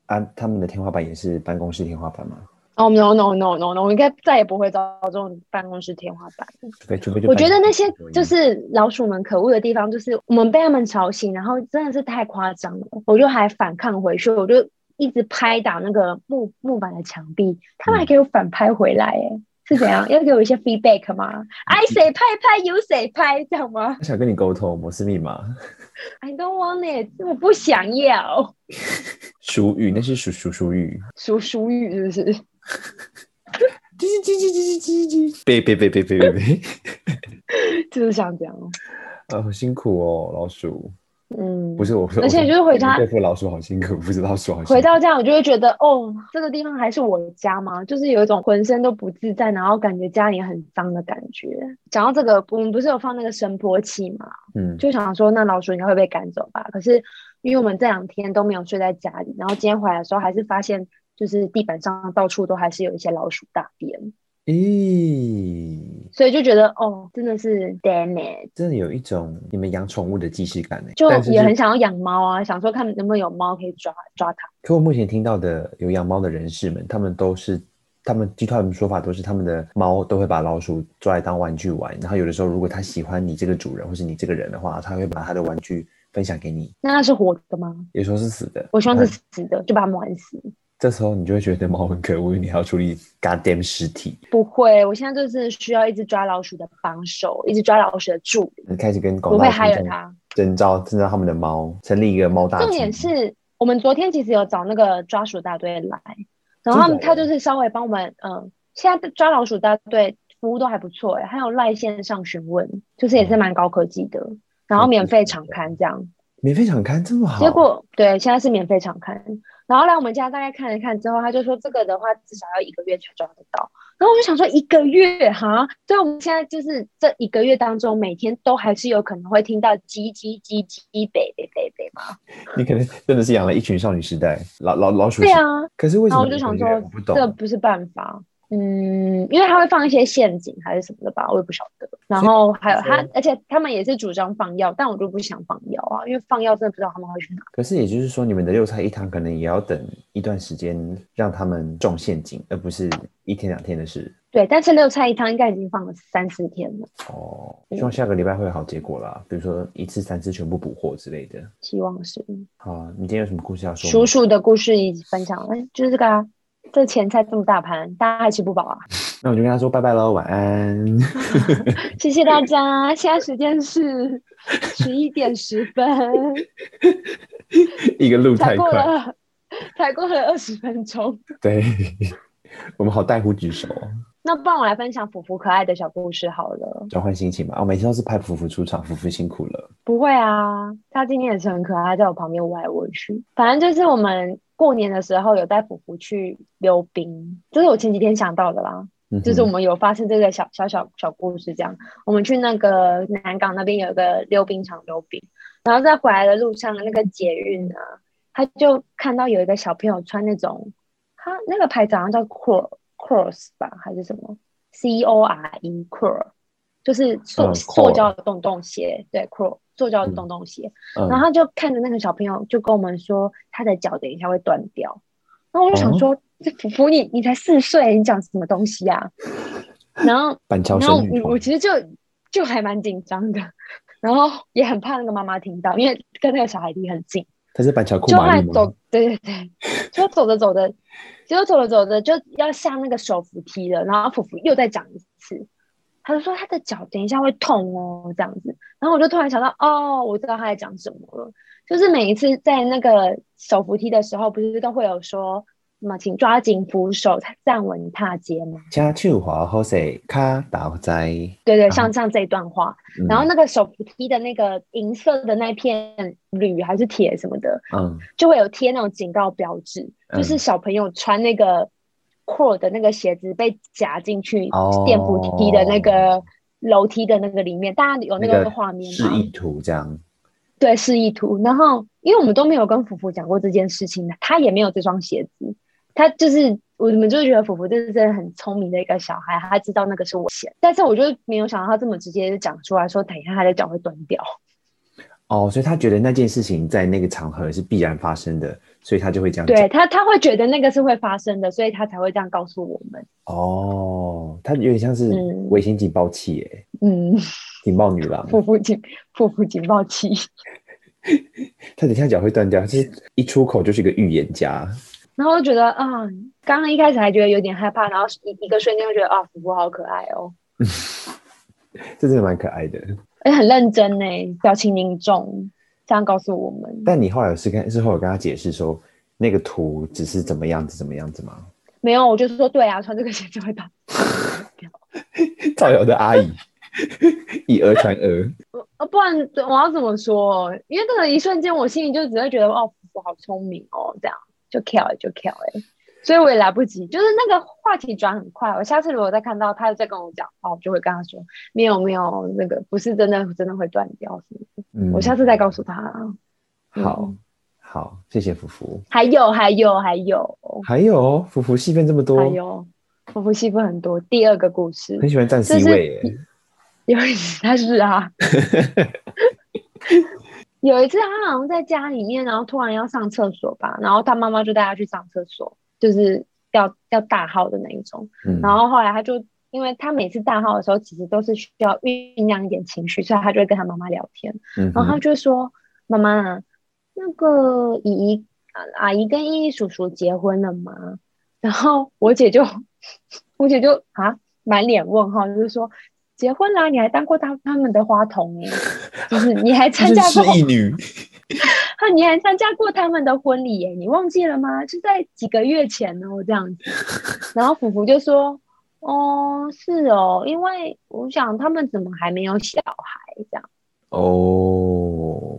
Speaker 1: 啊，他们的天花板也是办公室天花板吗？
Speaker 2: 哦、no no no no no，我应该再也不会找到这种办公室天花板了。
Speaker 1: 除非除非就
Speaker 2: 我觉得
Speaker 1: 办
Speaker 2: 那
Speaker 1: 公
Speaker 2: 些
Speaker 1: 室
Speaker 2: 就是老鼠们可恶的地方，就是我们被他们吵醒，然后真的是太夸张了，我就还反抗回去，我就一直拍打那个木木板的墙壁，他
Speaker 1: 嗯
Speaker 2: 们还给我反拍回来、欸，是怎样？要给我一些 feedback 吗？ 爱谁拍拍，有谁拍，这样吗
Speaker 1: 我想跟你沟通，我是密码。
Speaker 2: ？I don't want it，我不想要。
Speaker 1: 鼠语，那是鼠鼠鼠语。
Speaker 2: 鼠鼠语是不是？
Speaker 1: 叽叽叽叽叽叽叽，别别别别别别别，
Speaker 2: 就是像这样哦。
Speaker 1: 啊，好辛苦哦，老鼠。
Speaker 2: 嗯，
Speaker 1: 不是我说，
Speaker 2: 而且
Speaker 1: 我说
Speaker 2: 就是回家
Speaker 1: 对付老鼠好辛苦，不是老鼠好辛苦。
Speaker 2: 回到家，我就会觉得，哦，这个地方还是我家吗？就是有一种浑身都不自在，然后感觉家里很脏的感觉。讲到这个，我们不是有放那个神波器嘛，
Speaker 1: 嗯，
Speaker 2: 就想说那老鼠应该会被赶走吧。可是因为我们这两天都没有睡在家里，然后今天回来的时候，还是发现就是地板上到处都还是有一些老鼠大便，
Speaker 1: 咦，
Speaker 2: 所以就觉得，哦，真的是 damn it，
Speaker 1: 真的有一种你们养宠物的既视感呢。欸
Speaker 2: 就
Speaker 1: 但是
Speaker 2: 也
Speaker 1: 是
Speaker 2: 很想要养猫啊，想说看能不能有猫可以抓抓它。
Speaker 1: 可我目前听到的有养猫的人士们，他们都是他们据他们说法都是他们的猫都会把老鼠抓来当玩具玩，然后有的时候如果它喜欢你这个主人或是你这个人的话，它会把它的玩具分享给你。
Speaker 2: 那它是活的吗？
Speaker 1: 有时候是死的，
Speaker 2: 我希望是
Speaker 1: 哎
Speaker 2: 死的，就把它们玩死。
Speaker 1: 这时候你就会觉得猫很可恶，你还要处理 goddamn 尸体。
Speaker 2: 不会，我现在就是需要一只抓老鼠的帮手，一只抓老鼠的助理。
Speaker 1: 你开始跟广
Speaker 2: 我会
Speaker 1: 大
Speaker 2: 还有
Speaker 1: 听众
Speaker 2: 它。
Speaker 1: 征召征召他们的猫，成立一个猫大。
Speaker 2: 重点，是我们昨天其实有找那个抓鼠大队来，然后他们
Speaker 1: 真的假
Speaker 2: 他
Speaker 1: 的
Speaker 2: 就是稍微帮我们，嗯，现在抓老鼠大队服务都还不错、欸，还有赖线上询问，就是也是
Speaker 1: 哦
Speaker 2: 蛮高科技的，然后免费常看这样。
Speaker 1: 免费场刊这么好，
Speaker 2: 结果对，现在是免费常看，然后来我们家大概看了看之后，他就说这个的话至少要一个月才抓得到。然后我就想说一个月哈，所以我们现在就是这一个月当中，每天都还是有可能会听到叽叽叽叽北北北北嘛。
Speaker 1: 你可能真的是养了一群少女时代老老老鼠。
Speaker 2: 对。啊，
Speaker 1: 可是为什
Speaker 2: 然后
Speaker 1: 么
Speaker 2: 我就
Speaker 1: 你
Speaker 2: 想
Speaker 1: 会觉
Speaker 2: 说
Speaker 1: 得我不，懂
Speaker 2: 这不是办法。嗯，因为他会放一些陷阱还是什么的吧，我也不晓得。然后还有
Speaker 1: 所以
Speaker 2: 他，而且他们也是主张放药，啊但我就不想放药啊，因为放药真的不知道他们会去哪。
Speaker 1: 可是也就是说，你们的六菜一汤可能也要等一段时间，让他们中陷阱，而不是一天两天的事。
Speaker 2: 对，但是六菜一汤应该已经放了三四天了，
Speaker 1: 哦，希望下个礼拜会有好结果啦，比如说一次三次全部捕获之类的。
Speaker 2: 希望是。
Speaker 1: 好啊，你今天有什么故事要说吗？
Speaker 2: 叔叔的故事已经分享了，就是这个啊，这前菜这么大盘，大家还吃不饱啊。
Speaker 1: 那我就跟他说拜拜喽，晚安。
Speaker 2: 谢谢大家，现在时 间是十一点十分。
Speaker 1: 一个路
Speaker 2: 才
Speaker 1: 太
Speaker 2: 过
Speaker 1: 快，
Speaker 2: 了，才过了二十分钟。
Speaker 1: 对，我们好带呼举手哦，
Speaker 2: 那不然我来分享福福可爱的小故事好了。
Speaker 1: 转换心情吧。哦，每次都是派福福出场，福福辛苦了。
Speaker 2: 不会啊，他今天也是很可爱，在我旁边窝来窝去。反正就是我们过年的时候有带福福去溜冰，这是我前几天想到的啦。
Speaker 1: 嗯哼
Speaker 2: 就是我们有发生这个小小小小故事，这样我们去那个南港那边有一个溜冰场溜冰，然后在回来的路上那个捷运啊，他就看到有一个小朋友穿那种，他那个牌子好像叫 Cor Cross 吧，还是什么 C O R E Cor，就是塑
Speaker 1: 嗯
Speaker 2: 塑
Speaker 1: Cor
Speaker 2: 胶的洞洞鞋，对 Cor 塑胶的洞洞鞋，
Speaker 1: 嗯
Speaker 2: 然后他就看着那个小朋友，就跟我们说他的脚等一下会断掉。然后我就想
Speaker 1: 哦
Speaker 2: 说，这福福你你才四岁，你讲什么东西 啊？然后
Speaker 1: 板桥
Speaker 2: 然
Speaker 1: 神
Speaker 2: 后
Speaker 1: 女
Speaker 2: 我我
Speaker 1: 团，
Speaker 2: 其实就就还蛮紧张的，然后也很怕那个妈妈听到，因为跟那个小孩离很近。
Speaker 1: 她是板桥库
Speaker 2: 就后
Speaker 1: 玛
Speaker 2: 来
Speaker 1: 丽吗
Speaker 2: 走？，对对对，就走着走着，就走着走着就要下那个手扶梯了，然后福福又再讲一次，他就说他的脚等一下会痛哦，这样子，然后我就突然想到，哦，我知道他在讲什么了，就是每一次在那个手扶梯的时候，不是都会有说什么，请抓紧扶手，站稳踏阶吗？
Speaker 1: 家去华好谁卡倒在，
Speaker 2: 对对，
Speaker 1: 啊
Speaker 2: 像像这一段话，
Speaker 1: 嗯
Speaker 2: 然后那个手扶梯的那个银色的那片铝还是铁什么的，
Speaker 1: 嗯，
Speaker 2: 就会有贴那种警告标志，
Speaker 1: 嗯
Speaker 2: 就是小朋友穿那个 core 的那个鞋子被夹进去
Speaker 1: 哦
Speaker 2: 电扶梯的那个楼梯的那个里面，大家哦有那
Speaker 1: 那
Speaker 2: 个
Speaker 1: 个
Speaker 2: 画面
Speaker 1: 示
Speaker 2: 吗？
Speaker 1: 意图这样，
Speaker 2: 对示意图。然后，因为我们都没有跟福福讲过这件事情，他也没有这双鞋子，他就是我们就觉得福福就是真的很聪明的一个小孩，他知道那个是我鞋，但是我就没有想到他这么直接就讲出来说，等一下他的脚会断掉。
Speaker 1: 哦，所以他觉得那件事情在那个场合是必然发生的，所以他就会这样
Speaker 2: 对
Speaker 1: 讲。
Speaker 2: 他，他会觉得那个是会发生的，所以他才会这样告诉我们。
Speaker 1: 哦，他有点像是
Speaker 2: 嗯
Speaker 1: 危险警报器耶，
Speaker 2: 嗯。
Speaker 1: 警报女郎。
Speaker 2: 瀑布警瀑布警报器。
Speaker 1: 他等一下脚会断掉，就是一出口就是一个预言家。
Speaker 2: 然后我就觉得啊，刚刚一开始还觉得有点害怕，然后一一个瞬间就觉得啊，福福好可爱哦，
Speaker 1: 这真的蛮可爱的。
Speaker 2: 而且很认真呢，表情凝重，这样告诉我们。
Speaker 1: 但你后来有是跟事后有跟他解释说，那个图只是怎么样子怎么样子吗？
Speaker 2: 没有，我就是说对啊，穿这个鞋子会打。
Speaker 1: 造谣的阿姨，以讹传讹。
Speaker 2: 呃，不然我要怎么说？因为这个一瞬间，我心里就只会觉得哦，福福好聪明哦，这样就跳哎、就跳哎、所以我也来不及，就是那个话题转很快。我下次如果再看到他又再跟我讲话，我就会跟他说没有没有，那个不是真的，真的会断掉什么的。
Speaker 1: 嗯
Speaker 2: 我下次再告诉他啊。
Speaker 1: 好
Speaker 2: 嗯，
Speaker 1: 好，谢谢福福。
Speaker 2: 还有，还有，还有，
Speaker 1: 还有哦福福戏份这么多
Speaker 2: 还，有，福福戏份很多。第二个故事
Speaker 1: 很喜欢站
Speaker 2: 就
Speaker 1: C
Speaker 2: 是
Speaker 1: 位耶。
Speaker 2: 有一次，他是啊，有一次他好像在家里面，然后突然要上厕所吧，然后他妈妈就带他去上厕所，就是要要大号的那一种。嗯、然后后来他就，因为他每次大号的时候，其实都是需要酝酿一点情绪，所以他就会跟他妈妈聊天。嗯、然后他就说：“妈妈，那个姨姨阿姨跟依依叔叔结婚了吗？” 然后我姐就， 我姐就啊，满脸问号，就是说。结婚啦、啊！你还当过他他们的花童耶，就是你还参加过
Speaker 1: 义女，
Speaker 2: 哈， 你还参加过他们的婚礼耶？你忘记了吗？就在几个月前哦，这样子。然后福福就说：“哦，是哦，因为我想他们怎么还没有小孩这样。”
Speaker 1: 哦，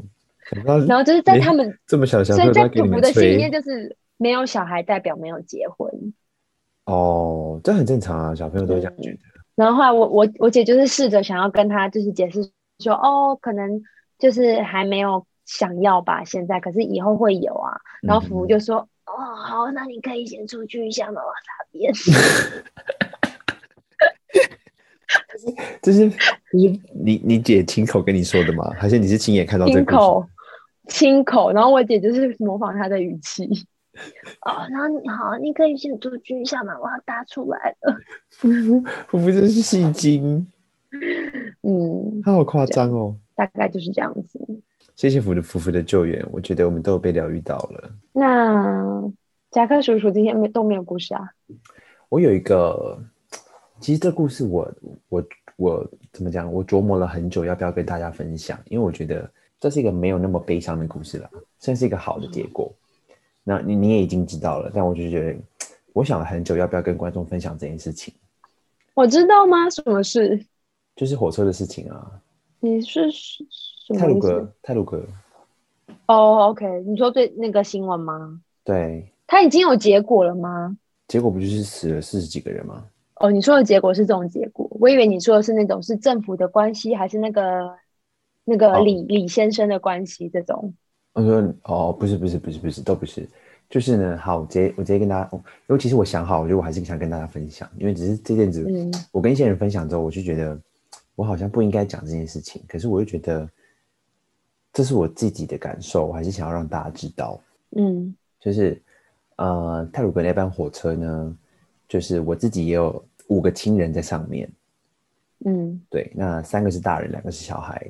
Speaker 2: 然后就是在他们
Speaker 1: 这么小，
Speaker 2: 所以在福福的心里面就是没有小孩代表没有结婚。
Speaker 1: 哦，这很正常啊，小朋友都会这样觉得。嗯
Speaker 2: 然后后来我我我姐就是试着想要跟他就是解释说哦，可能就是还没有想要吧，现在可是以后会有啊。然后福福就说、嗯、哦好，那你可以先出去一下妈妈那边。
Speaker 1: 这是就是你你姐亲口跟你说的吗？还是你是亲眼看到这个？
Speaker 2: 亲口亲口，然后我姐就是模仿她的语气。哦，然后你好，你可以先出去一下嘛，我要搭出来了。
Speaker 1: 夫妇，夫妇真是戏精。
Speaker 2: 嗯，
Speaker 1: 他好夸张哦。
Speaker 2: 大概就是这样子。
Speaker 1: 谢谢福的福福的救援，我觉得我们都有被疗愈到了。
Speaker 2: 那夹克叔叔今天没都没有故事啊？
Speaker 1: 我有一个，其实这故事我我我怎么讲？我琢磨了很久，要不要跟大家分享？因为我觉得这是一个没有那么悲伤的故事了，算是一个好的结果。嗯那你你也已经知道了，但我就觉得，我想了很久，要不要跟观众分享这件事情？
Speaker 2: 我知道吗？什么事？
Speaker 1: 就是火车的事情啊。
Speaker 2: 你是什么？
Speaker 1: 泰鲁格，泰鲁格。
Speaker 2: 哦、oh,，OK，你说最那个新闻吗？
Speaker 1: 对。
Speaker 2: 他已经有结果了吗？
Speaker 1: 结果不就是死了四十几个人吗？
Speaker 2: 哦，oh, 你说的结果是这种结果，我以为你说的是那种是政府的关系，还是那个那
Speaker 1: 哦
Speaker 2: 个李、oh. 李先生的关系这种。
Speaker 1: 我说哦，不是不是不是不是，都不是，就是呢。好，我直接我直接跟大家，尤其是我想好，我觉得我还是想跟大家分享，因为只是这阵子、嗯、我跟一些人分享之后，我就觉得我好像不应该讲这件事情，可是我又觉得这是我自己的感受，我还是想要让大家知道。
Speaker 2: 嗯，
Speaker 1: 就是呃，泰鲁格那班火车呢，就是我自己也有五个亲人在上面。
Speaker 2: 嗯，
Speaker 1: 对，那三个是大人，两个是小孩，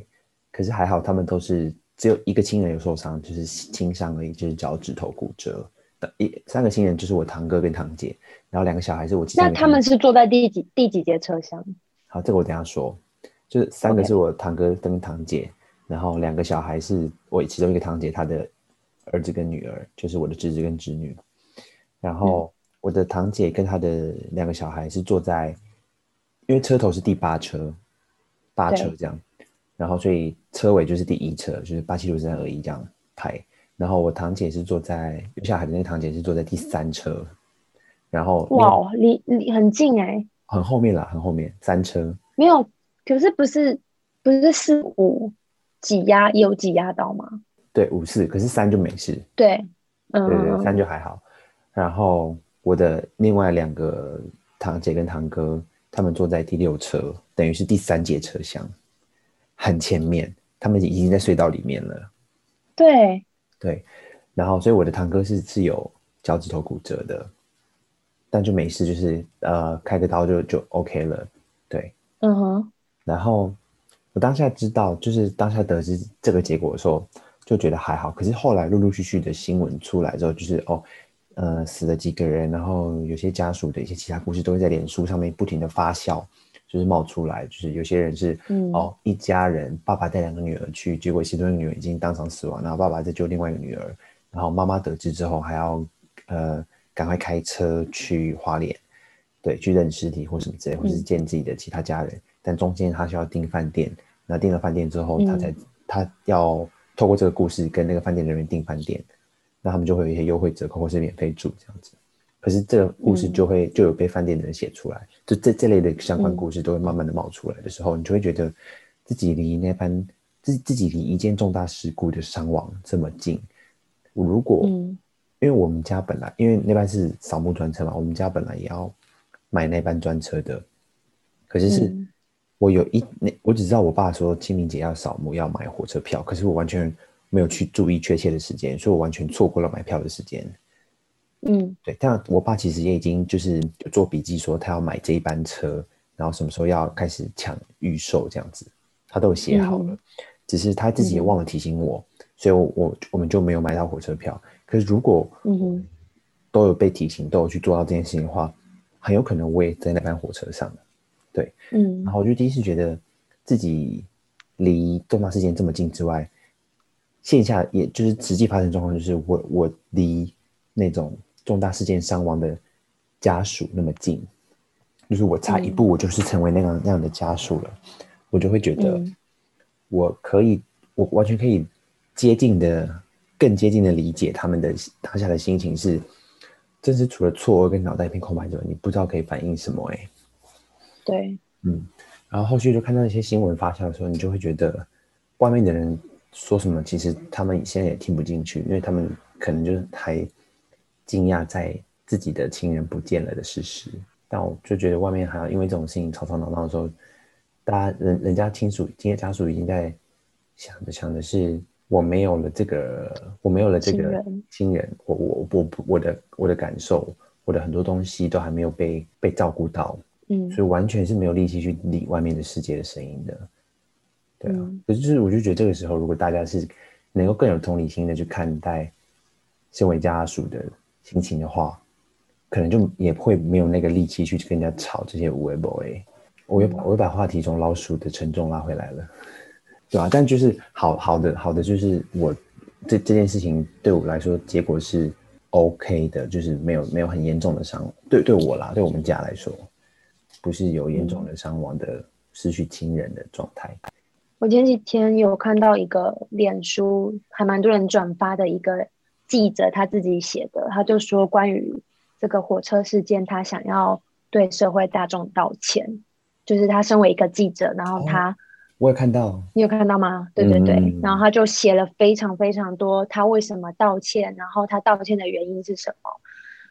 Speaker 1: 可是还好他们都是。只有一个亲人有受伤，就是轻伤而已，就是脚趾头骨折。呃一三个亲人就是我堂哥跟堂姐，然后两个小孩是我。
Speaker 2: 那他们是坐在第几第几节车厢？
Speaker 1: 好，这个我等下说。就是三个是我堂哥跟堂姐，然后两个小孩是我其中一个堂姐她的儿子跟女儿，就是我的侄子跟侄女。然后我的堂姐跟她的两个小孩是坐在，因为车头是第八车，八车这样。然后，所以车尾就是第一车，就是八七六三二一这样排。然后我堂姐是坐在有小孩的那个堂姐是坐在第三车，然后
Speaker 2: 哇，离离很近哎、欸，
Speaker 1: 很后面啦，很后面三车
Speaker 2: 没有，可是不是不是四五挤压有挤压到吗？
Speaker 1: 对，五四，可是三就没事。
Speaker 2: 对，嗯，
Speaker 1: 对对，三就还好。然后我的另外两个堂姐跟堂哥他们坐在第六车，等于是第三节车厢。很前面，他们已经在隧道里面了。
Speaker 2: 对
Speaker 1: 对，然后所以我的堂哥是是有脚趾头骨折的，但就没事，就是呃开个刀就就 OK 了。对，
Speaker 2: 嗯哼。
Speaker 1: 然后我当下知道，就是当下得知这个结果的时候，就觉得还好。可是后来陆陆续续的新闻出来之后，就是哦，呃死了几个人，然后有些家属的一些其他故事都会在脸书上面不停的发酵。就是冒出来，就是有些人是、嗯、哦，一家人，爸爸带两个女儿去，结果其中一个女儿已经当场死亡，然后爸爸再救另外一个女儿，然后妈妈得知之后还要呃赶快开车去花莲，对，去认尸体或什么之类，或是见自己的其他家人，嗯、但中间他需要订饭店，那订了饭店之后，他才、嗯、他要透过这个故事跟那个饭店人员订饭店，那他们就会有一些优惠折扣或是免费住这样子。可是这个故事就会就有被饭店的人写出来，嗯、就这这类的相关故事都会慢慢的冒出来的时候，嗯、你就会觉得自己离那班自自己离一件重大事故的伤亡这么近。我如果、嗯、因为我们家本来因为那班是扫墓专车嘛，我们家本来也要买那班专车的，可是是我有一那我只知道我爸说清明节要扫墓要买火车票，可是我完全没有去注意确切的时间，所以我完全错过了买票的时间。
Speaker 2: 嗯，
Speaker 1: 对，但我爸其实也已经就是有做笔记说他要买这一班车，然后什么时候要开始抢预售这样子，他都有写好了，
Speaker 2: 嗯
Speaker 1: 只是他自己也忘了提醒我，所以我我我们就没有买到火车票。可是如果
Speaker 2: 嗯哼
Speaker 1: 都有被提醒，都有去做到这件事情的话，很有可能我也在那班火车上了。
Speaker 2: 嗯
Speaker 1: 然后我就第一次觉得自己离重大事件这么近之外，线下也就是实际发生状况，就是我我离那种重大事件伤亡的家属那么近，就是我差一步，
Speaker 2: 嗯
Speaker 1: 我就是成为那样那样的家属了，我就会觉得
Speaker 2: 嗯
Speaker 1: 我可以，我完全可以接近的更接近的理解他们的当下的心情是，真是除了错愕跟脑袋一片空白之外，你不知道可以反应什么哎、欸
Speaker 2: 对，
Speaker 1: 嗯，然后后续就看到一些新闻发酵的时候，你就会觉得外面的人说什么，其实他们现在也听不进去，因为他们可能就是还惊讶在自己的亲人不见了的事实。但我就觉得外面还要因为这种事情吵吵闹闹的时候，大家人人家亲属、今天家属已经在想着想的是，我没有了这个，我没有了这
Speaker 2: 亲
Speaker 1: 个
Speaker 2: 人
Speaker 1: 亲人，我我我不我的我的感受，我的很多东西都还没有被被照顾到，
Speaker 2: 嗯
Speaker 1: 所以完全是没有力气去理外面的世界的声音的。对啊，
Speaker 2: 嗯
Speaker 1: 可是就是我就觉得这个时候，如果大家是能够更有同理心的去看待身为家属的心情的话，可能就也会没有那个力气去跟人家吵这些无为 boy。我又把我又把话题从老鼠的沉重拉回来了， 对啊，但就是好好的好的就是我这这件事情对我来说结果是 OK 的，就是没有没有很严重的伤，对对我啦，对我们家来说，不是有严重的伤亡的失去亲人的状态。
Speaker 2: 我前几天有看到一个脸书，还蛮多人转发的一个记者他自己写的，他就说关于这个火车事件，他想要对社会大众道歉，就是他身为一个记者，然后他、
Speaker 1: 我也看到，
Speaker 2: 你有看到吗？对对对，
Speaker 1: 嗯
Speaker 2: 然后他就写了非常非常多他为什么道歉，然后他道歉的原因是什么。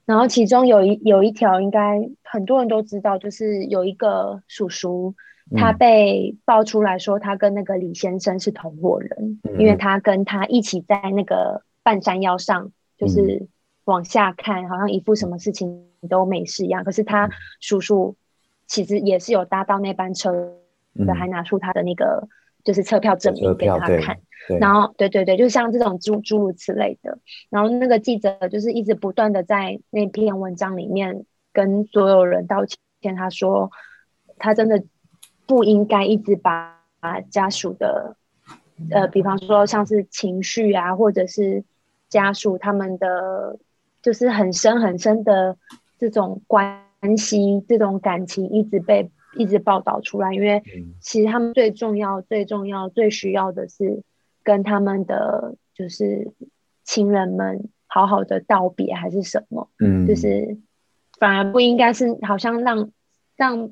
Speaker 2: 然后其中有一有一条应该很多人都知道，就是有一个叔叔，他
Speaker 1: 嗯
Speaker 2: 被爆出来说他跟那个李先生是同伙人，
Speaker 1: 嗯
Speaker 2: 因为他跟他一起在那个半山腰上，
Speaker 1: 嗯
Speaker 2: 就是往下看，好像一副什么事情都没事一样。可是
Speaker 1: 嗯
Speaker 2: 他叔叔其实也是有搭到那班车的，
Speaker 1: 嗯
Speaker 2: 还拿出他的那个就是车票证
Speaker 1: 车
Speaker 2: 明给
Speaker 1: 票
Speaker 2: 他
Speaker 1: 对
Speaker 2: 看。
Speaker 1: 对，
Speaker 2: 然后对对对，就像这种诸诸如此类的。然后那个记者就是一直不断的在那篇文章里面跟所有人道歉，他说他真的不应该一直把家属的呃，比方说像是情绪啊，或者是家属他们的就是很深很深的这种关系、这种感情一直被一直报道出来，因为
Speaker 1: 嗯
Speaker 2: 其实他们最重要、最重要、最需要的是跟他们的就是亲人们好好的道别，还是什么？
Speaker 1: 嗯，
Speaker 2: 就是反而不应该是好像让让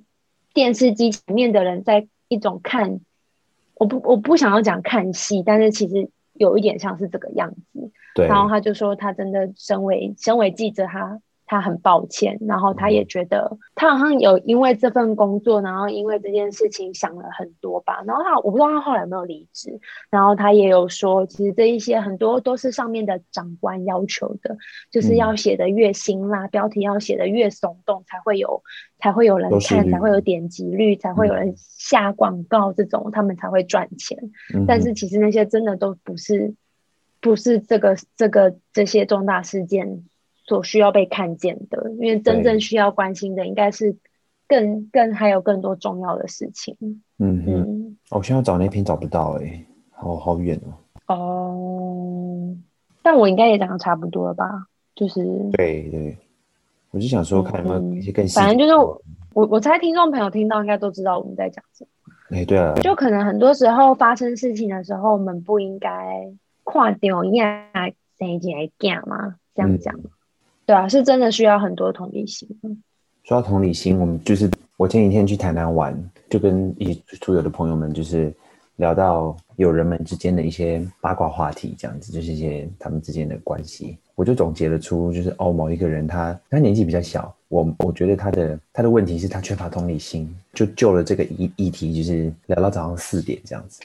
Speaker 2: 电视机前面的人在一种看，我不我不想要讲看戏，但是其实有一点像是这个样子。
Speaker 1: 对，
Speaker 2: 然后他就说，他真的身为身为记者他，他很抱歉，然后他也
Speaker 1: 嗯
Speaker 2: 觉得他好像有因为这份工作，然后因为这件事情想了很多吧。然后他我不知道他后来有没有离职，然后他也有说，其实这一些很多都是上面的长官要求的，就是要
Speaker 1: 嗯
Speaker 2: 写的越辛辣，标题要写的越耸动，才会有才会有人
Speaker 1: 收视
Speaker 2: 看，
Speaker 1: 率
Speaker 2: 才会有点击率，才会有人下广告，这种他们才会赚钱。
Speaker 1: 嗯
Speaker 2: 但是其实那些真的都不是，不是这个这个这些重大事件所需要被看见的，因为真正
Speaker 1: 对
Speaker 2: 需要关心的应该是更更还有更多重要的事情。
Speaker 1: 嗯哼，
Speaker 2: 嗯，
Speaker 1: 我现在找那篇找不到哎，好好远哦。
Speaker 2: 嗯哦，但我应该也讲的差不多了吧？就是
Speaker 1: 对对，我就想说看有没有一些更细，
Speaker 2: 嗯反正就是我我我猜听众朋友听到应该都知道我们在讲什么。
Speaker 1: 哎，对啊，
Speaker 2: 就可能很多时候发生事情的时候，我们不应该跨掉呀，谁来干嘛？这样讲，对啊，是真的需要很多同理心。
Speaker 1: 说到同理心，我们就是我前几天去台南玩，就跟一起出游的朋友们，就是聊到友人们之间的一些八卦话题，这样子，就是一些他们之间的关系。我就总结了出，就是哦，某一个人他他年纪比较小，我我觉得他的他的问题是他缺乏同理心，就就了这个议议题，就是聊到早上四点这样子。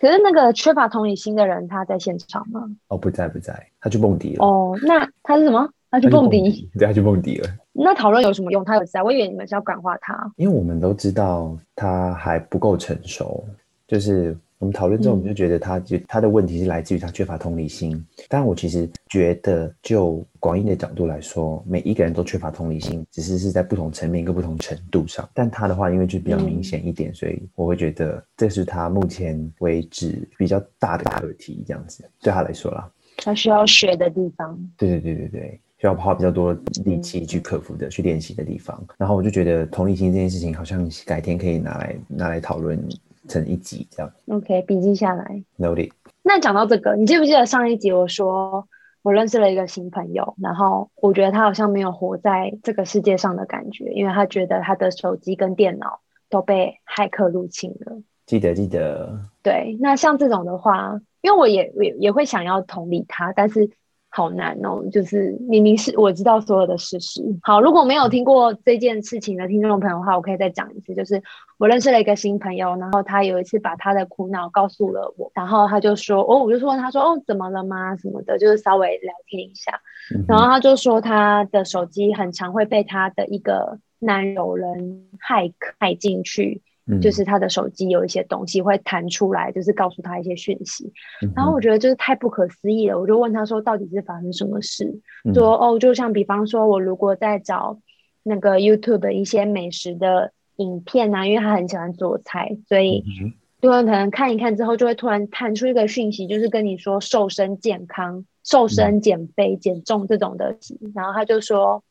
Speaker 2: 可是那个缺乏同理心的人，他在现场吗？
Speaker 1: 哦，不在不在，他去蹦迪了。
Speaker 2: 哦，那他是什么？他去蹦迪，，
Speaker 1: 对，他去蹦迪了。
Speaker 2: 那讨论有什么用？他有在，我以为你们是要感化他。
Speaker 1: 因为我们都知道他还不够成熟，就是我们讨论之后，
Speaker 2: 嗯
Speaker 1: 我们就觉得他就、他的问题是来自于他缺乏同理心。但我其实觉得，就广义的角度来说，每一个人都缺乏同理心，只是是在不同层面跟不同程度上。但他的话，因为就比较明显一点，所以我会觉得这是他目前为止比较大的课题，这样子对他来说啦。
Speaker 2: 他需要学的地方，
Speaker 1: 对对对对对，需要花比较多
Speaker 2: 嗯
Speaker 1: 力气去克服的、去练习的地方。然后我就觉得同理心这件事情，好像改天可以拿来拿来讨论成一集这样。
Speaker 2: OK，笔记下来。
Speaker 1: Noted，
Speaker 2: 那讲到这个，你记不记得上一集我说我认识了一个新朋友，然后我觉得他好像没有活在这个世界上的感觉，因为他觉得他的手机跟电脑都被骇客入侵了。
Speaker 1: 记得记得，
Speaker 2: 对，那像这种的话，因为我也也也会想要同理他，但是好难哦，就是明明是我知道所有的事实。好，如果没有听过这件事情的听众朋友的话，我可以再讲一次，就是我认识了一个新朋友，然后他有一次把他的苦恼告诉了我，然后他就说，哦，我就问他说，哦，怎么了吗？什么的，就是稍微聊天一下。
Speaker 1: 嗯
Speaker 2: 然后
Speaker 1: 哼
Speaker 2: 他就说他的手机很常会被他的一个男友人害害进去，
Speaker 1: 嗯
Speaker 2: 就是他的手机有一些东西会弹出来，就是告诉他一些讯息。
Speaker 1: 嗯哼
Speaker 2: 然后我觉得就是太不可思议了，我就问他说到底是发生什么事？
Speaker 1: 嗯
Speaker 2: 说哦，就像比方说，我如果在找那个 YouTube 的一些美食的影片啊，因为他很喜欢做菜，所以
Speaker 1: 嗯哼
Speaker 2: 对，可能看一看之后，就会突然弹出一个讯息，就是跟你说瘦身、健康、瘦
Speaker 1: 嗯
Speaker 2: 身、减肥、减重这种的题。然后他就说，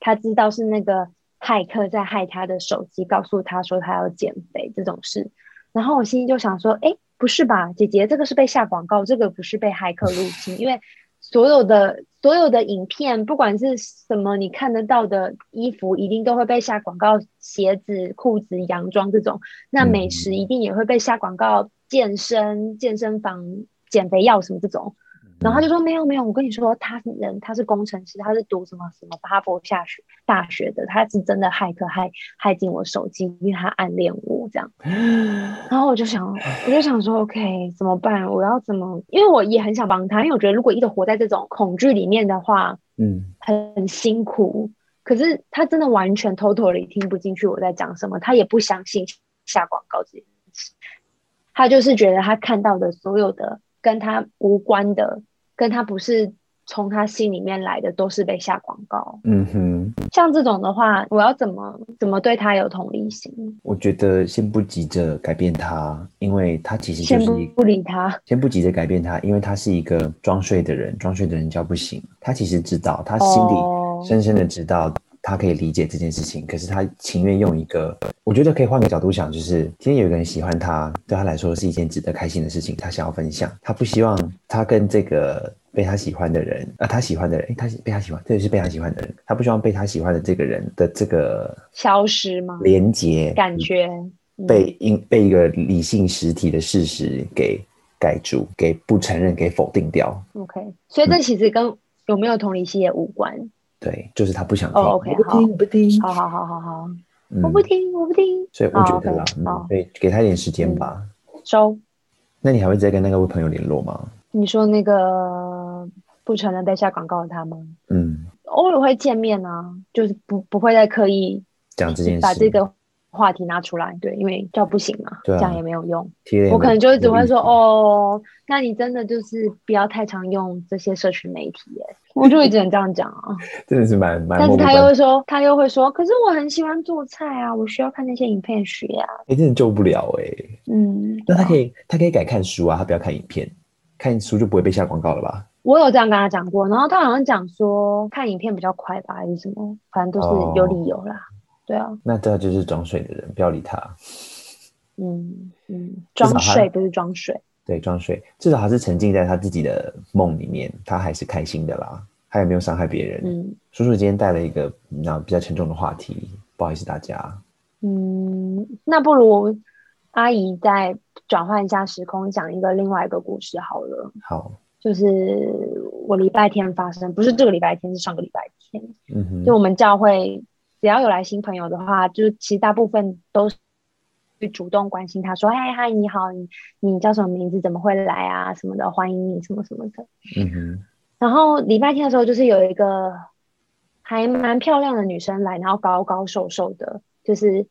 Speaker 2: 他知道是那个骇客在害他的手机，告诉他说他要减肥这种事。然后我心里就想说，哎，不是吧，姐姐，这个是被下广告，这个不是被骇客入侵，因为所有的所有的影片，不管是什么你看得到的衣服，一定都会被下广告，鞋子、裤子、洋装这种。那美食一定也会被下广告，健身、健身房、减肥药什么这种。然后他就说没有没有，我跟你说，他是人，他是工程师，他是读什么什么哈佛下学大学的，他是真的骇客害害进我手机，因为他暗恋我这样。然后我就想，我就想说，OK，怎么办？我要怎么？因为我也很想帮他，因为我觉得如果一直活在这种恐惧里面的话，
Speaker 1: 嗯
Speaker 2: 很辛苦。可是他真的完全 totally 听不进去我在讲什么，他也不相信下广告这件事，他就是觉得他看到的所有的跟他无关的，跟他不是从他心里面来的，都是被下广告。
Speaker 1: 嗯哼。
Speaker 2: 像这种的话，我要怎么怎么对他有同理心？
Speaker 1: 我觉得先不急着改变他，因为他其实就
Speaker 2: 先
Speaker 1: 是
Speaker 2: 不
Speaker 1: 一个
Speaker 2: 不理他，
Speaker 1: 先不急着改变他，因为他是一个装睡的人，装睡的人叫不醒。他其实知道，他心
Speaker 2: 哦
Speaker 1: 里深深的知道，他可以理解这件事情，可是他情愿用一个，我觉得可以换个角度想，就是今天有一个人喜欢他，对他来说是一件值得开心的事情，他想要分享，他不希望他跟这个。被他喜欢的人，啊，他喜欢的人，诶，他被他喜欢，这也是被他喜欢的人，他不希望被他喜欢的这个人的这个
Speaker 2: 消失吗？
Speaker 1: 连接
Speaker 2: 感觉、嗯
Speaker 1: 被因被一个理性实体的事实给盖住，给不承认，给否定掉。
Speaker 2: OK，
Speaker 1: 嗯
Speaker 2: 所以这其实跟有没有同理心也无关。
Speaker 1: 对，就是他不想听，
Speaker 2: 哦，OK，
Speaker 1: 我不听，不听，
Speaker 2: 好好好好好，
Speaker 1: 嗯
Speaker 2: 我不听，我不听，
Speaker 1: 所以我觉得啦，
Speaker 2: 好
Speaker 1: 嗯，
Speaker 2: 哦，OK，嗯
Speaker 1: 所以给他一点时间吧。
Speaker 2: 收。
Speaker 1: 那你还会再跟那个朋友联络吗？
Speaker 2: 你说那个不承认被下广告的他吗？
Speaker 1: 嗯，
Speaker 2: 偶尔会见面啊，就是不不会再刻意
Speaker 1: 讲这件事，
Speaker 2: 把这个话题拿出来，对，因为叫不行嘛，
Speaker 1: 对啊
Speaker 2: 这样也没有用。
Speaker 1: 贴脸
Speaker 2: 我可能就只会说
Speaker 1: 有意
Speaker 2: 哦，那你真的就是不要太常用这些社群媒体耶，我就一直很这样讲啊。
Speaker 1: 见，真的是蛮蛮
Speaker 2: 但
Speaker 1: 漠不
Speaker 2: 是
Speaker 1: 关
Speaker 2: 他
Speaker 1: 心。
Speaker 2: 又会说，他又会说，可是我很喜欢做菜啊，我需要看那些影片学啊，
Speaker 1: 哎，真的救不了哎、
Speaker 2: 嗯，
Speaker 1: 那他
Speaker 2: 以。
Speaker 1: 可以，他可以改看书啊，他不要看影片，看书就不会被下广告了吧？
Speaker 2: 我有这样跟他讲过，然后他好像讲说看影片比较快吧，还是什么，反正都
Speaker 1: 哦
Speaker 2: 是有理由啦。对啊，
Speaker 1: 那这就是装睡的人，不要理他。
Speaker 2: 嗯嗯，
Speaker 1: 至少
Speaker 2: 装
Speaker 1: 他
Speaker 2: 睡不是装睡，
Speaker 1: 对，装睡，至少他是沉浸在他自己的梦里面，他还是开心的啦，他也没有伤害别人。
Speaker 2: 嗯
Speaker 1: 叔叔今天带了一个那比较沉重的话题，不好意思大家。
Speaker 2: 嗯，那不如阿姨再转换一下时空，讲一个另外一个故事好了。
Speaker 1: 好，
Speaker 2: 就是我礼拜天发生，不是这个礼拜天，是上个礼拜天。
Speaker 1: 嗯哼，
Speaker 2: 就我们教会只要有来新朋友的话，就是其实大部分都是会主动关心他说：“嗨嗨，你好，你你叫什么名字？怎么会来啊？什么的，欢迎你什么什么的。
Speaker 1: 嗯”哼，
Speaker 2: 然后礼拜天的时候，就是有一个还蛮漂亮的女生来，然后高高瘦瘦的，就是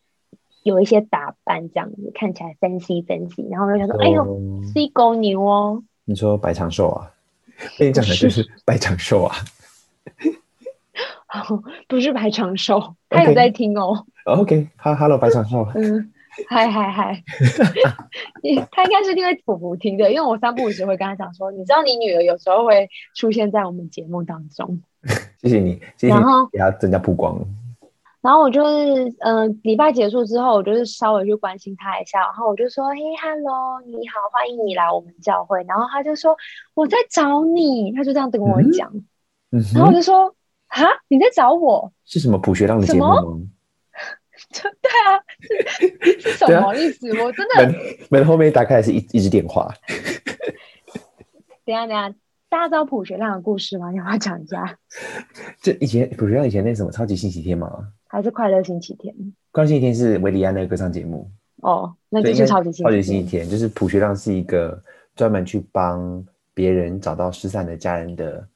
Speaker 2: 有一些打扮这样子，看起来 fancy fancy。然后我就想
Speaker 1: 哦
Speaker 2: 说，哎呦，是一公牛哦。
Speaker 1: 你说白长寿 啊？被你讲的就是白长寿啊？
Speaker 2: 不是白长寿，他有在听哦。
Speaker 1: OK，Hello，白长 寿。
Speaker 2: 嗯，嗨嗨嗨。他应该是因为普普听的，因为我三不五时会跟他讲说，你知道你女儿有时候会出现在我们节目当中。
Speaker 1: 谢谢你，谢谢
Speaker 2: 然后
Speaker 1: 给他增加曝光。
Speaker 2: 然后我就是，呃，礼拜结束之后，我就是稍微去关心他一下，然后我就说，嘿，hello，你好，欢迎你来我们教会。然后他就说我在找你，他就这样跟我讲。
Speaker 1: 嗯嗯、
Speaker 2: 然后我就说，哈，你在找我？
Speaker 1: 是什么普学浪的节目吗？
Speaker 2: 就对啊，是什么意思？啊、我真的
Speaker 1: 门门后面打开是一一只电话。
Speaker 2: 等下等下。大家知道普学亮的故事吗？你要不要讲一下？
Speaker 1: 这以前普学亮以前那什么超级星期天嘛，
Speaker 2: 还是快乐星期天？
Speaker 1: 快乐星期天是维里安那个歌唱节目
Speaker 2: 哦，那就是超级星期
Speaker 1: 超级星期天，就是普学亮是一个专门去帮别人找到失散的家人的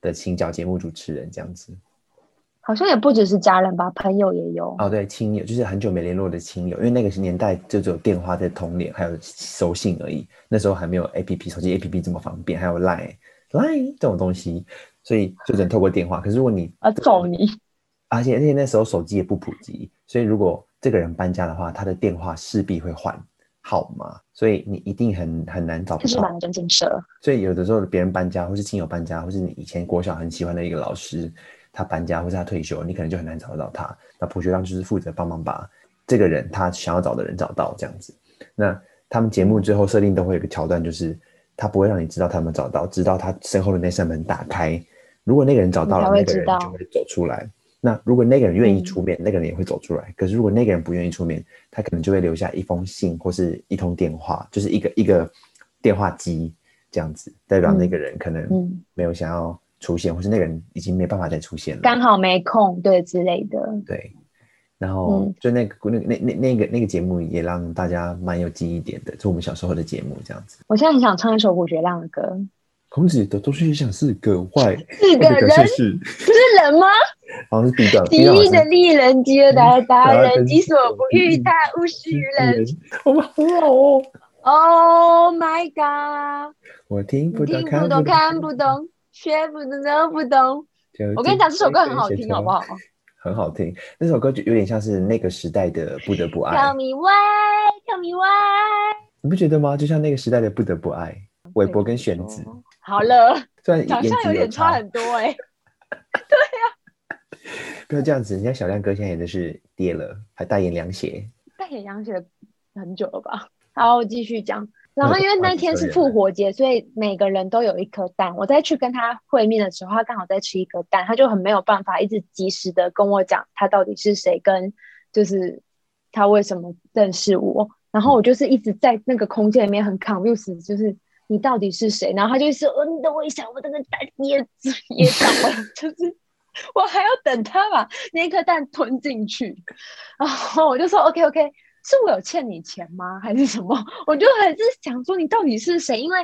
Speaker 1: 的情角节目主持人这样子。
Speaker 2: 好像也不只是家人吧，朋友也有
Speaker 1: 哦，对，亲友就是很久没联络的亲友，因为那个年代就只有电话在通联，还有手信而已，那时候还没有 A P P 手机 A P P 这么方便，还有 Line。来这种东西，所以就只能透过电话。可是如果你
Speaker 2: 啊揍你，
Speaker 1: 而且而且那时候手机也不普及，所以如果这个人搬家的话，他的电话势必会换号码，所以你一定很很难找不到。
Speaker 2: 就是把人进蛇。
Speaker 1: 所以有的时候别人搬家，或是亲友搬家，或是你以前国小很喜欢的一个老师他搬家，或是他退休，你可能就很难找得到他。那朴学亮就是负责帮忙把这个人他想要找的人找到这样子。那他们节目最后设定都会有个桥段，就是。他不会让你知道他们找到，直到他身后的那扇门打开。如果那个人找到了，那个人就会走出来。那如果那个人愿意出面，嗯、那个人也会走出来。可是如果那个人不愿意出面，他可能就会留下一封信或是一通电话，就是一个一个电话机这样子，代表那
Speaker 2: 嗯
Speaker 1: 个人可能没有想要出现，嗯嗯、或是那个人已经没办法再出现了，
Speaker 2: 刚好没空，对之类的。
Speaker 1: 对，然
Speaker 2: 嗯
Speaker 1: 后就那个那那那那个那个节目也让大家蛮有记忆点的，就我们小时候的节目这样子。
Speaker 2: 我现在很想唱一首胡学亮的歌。
Speaker 1: 孔子的都是想是个坏，
Speaker 2: 是个人，不是人吗？
Speaker 1: 好像是 B 段。
Speaker 2: 极易的利人皆来达人，己所不欲，他勿施于人。
Speaker 1: 我们好哦
Speaker 2: ！Oh my god！
Speaker 1: 我听不
Speaker 2: 懂，
Speaker 1: 看不懂，
Speaker 2: 看不懂，学不懂，弄不懂。我跟你讲，这首歌很好听，好不好？
Speaker 1: 很好听，那首歌就有点像是那个时代的《不得不爱》。
Speaker 2: Tell me why, tell me why。
Speaker 1: 你不觉得吗？就像那个时代的《不得不爱》，韦伯跟玄子。
Speaker 2: 嗯哦好了，
Speaker 1: 虽然
Speaker 2: 长相有点差很多哎、欸。对
Speaker 1: 呀、啊，不要这样子，人家小亮哥现在也是跌了，还代言凉鞋。
Speaker 2: 代言凉鞋很久了吧？好，我继续讲。然后因为那天是复活节，所以每个人都有一颗蛋。我再去跟他会面的时候，他刚好在吃一颗蛋，他就很没有办法一直及时的跟我讲他到底是谁，跟就是他为什么认识我。然后我就是一直在那个空间里面很 confused，就是你到底是谁？然后他就说：“哦，你等我一下，我这个蛋也也倒了，就是我还要等他把那颗蛋吞进去。” 然后我就说：“OK OK。”是我有欠你钱吗，还是什么？ 我就还是想说你到底是谁，因为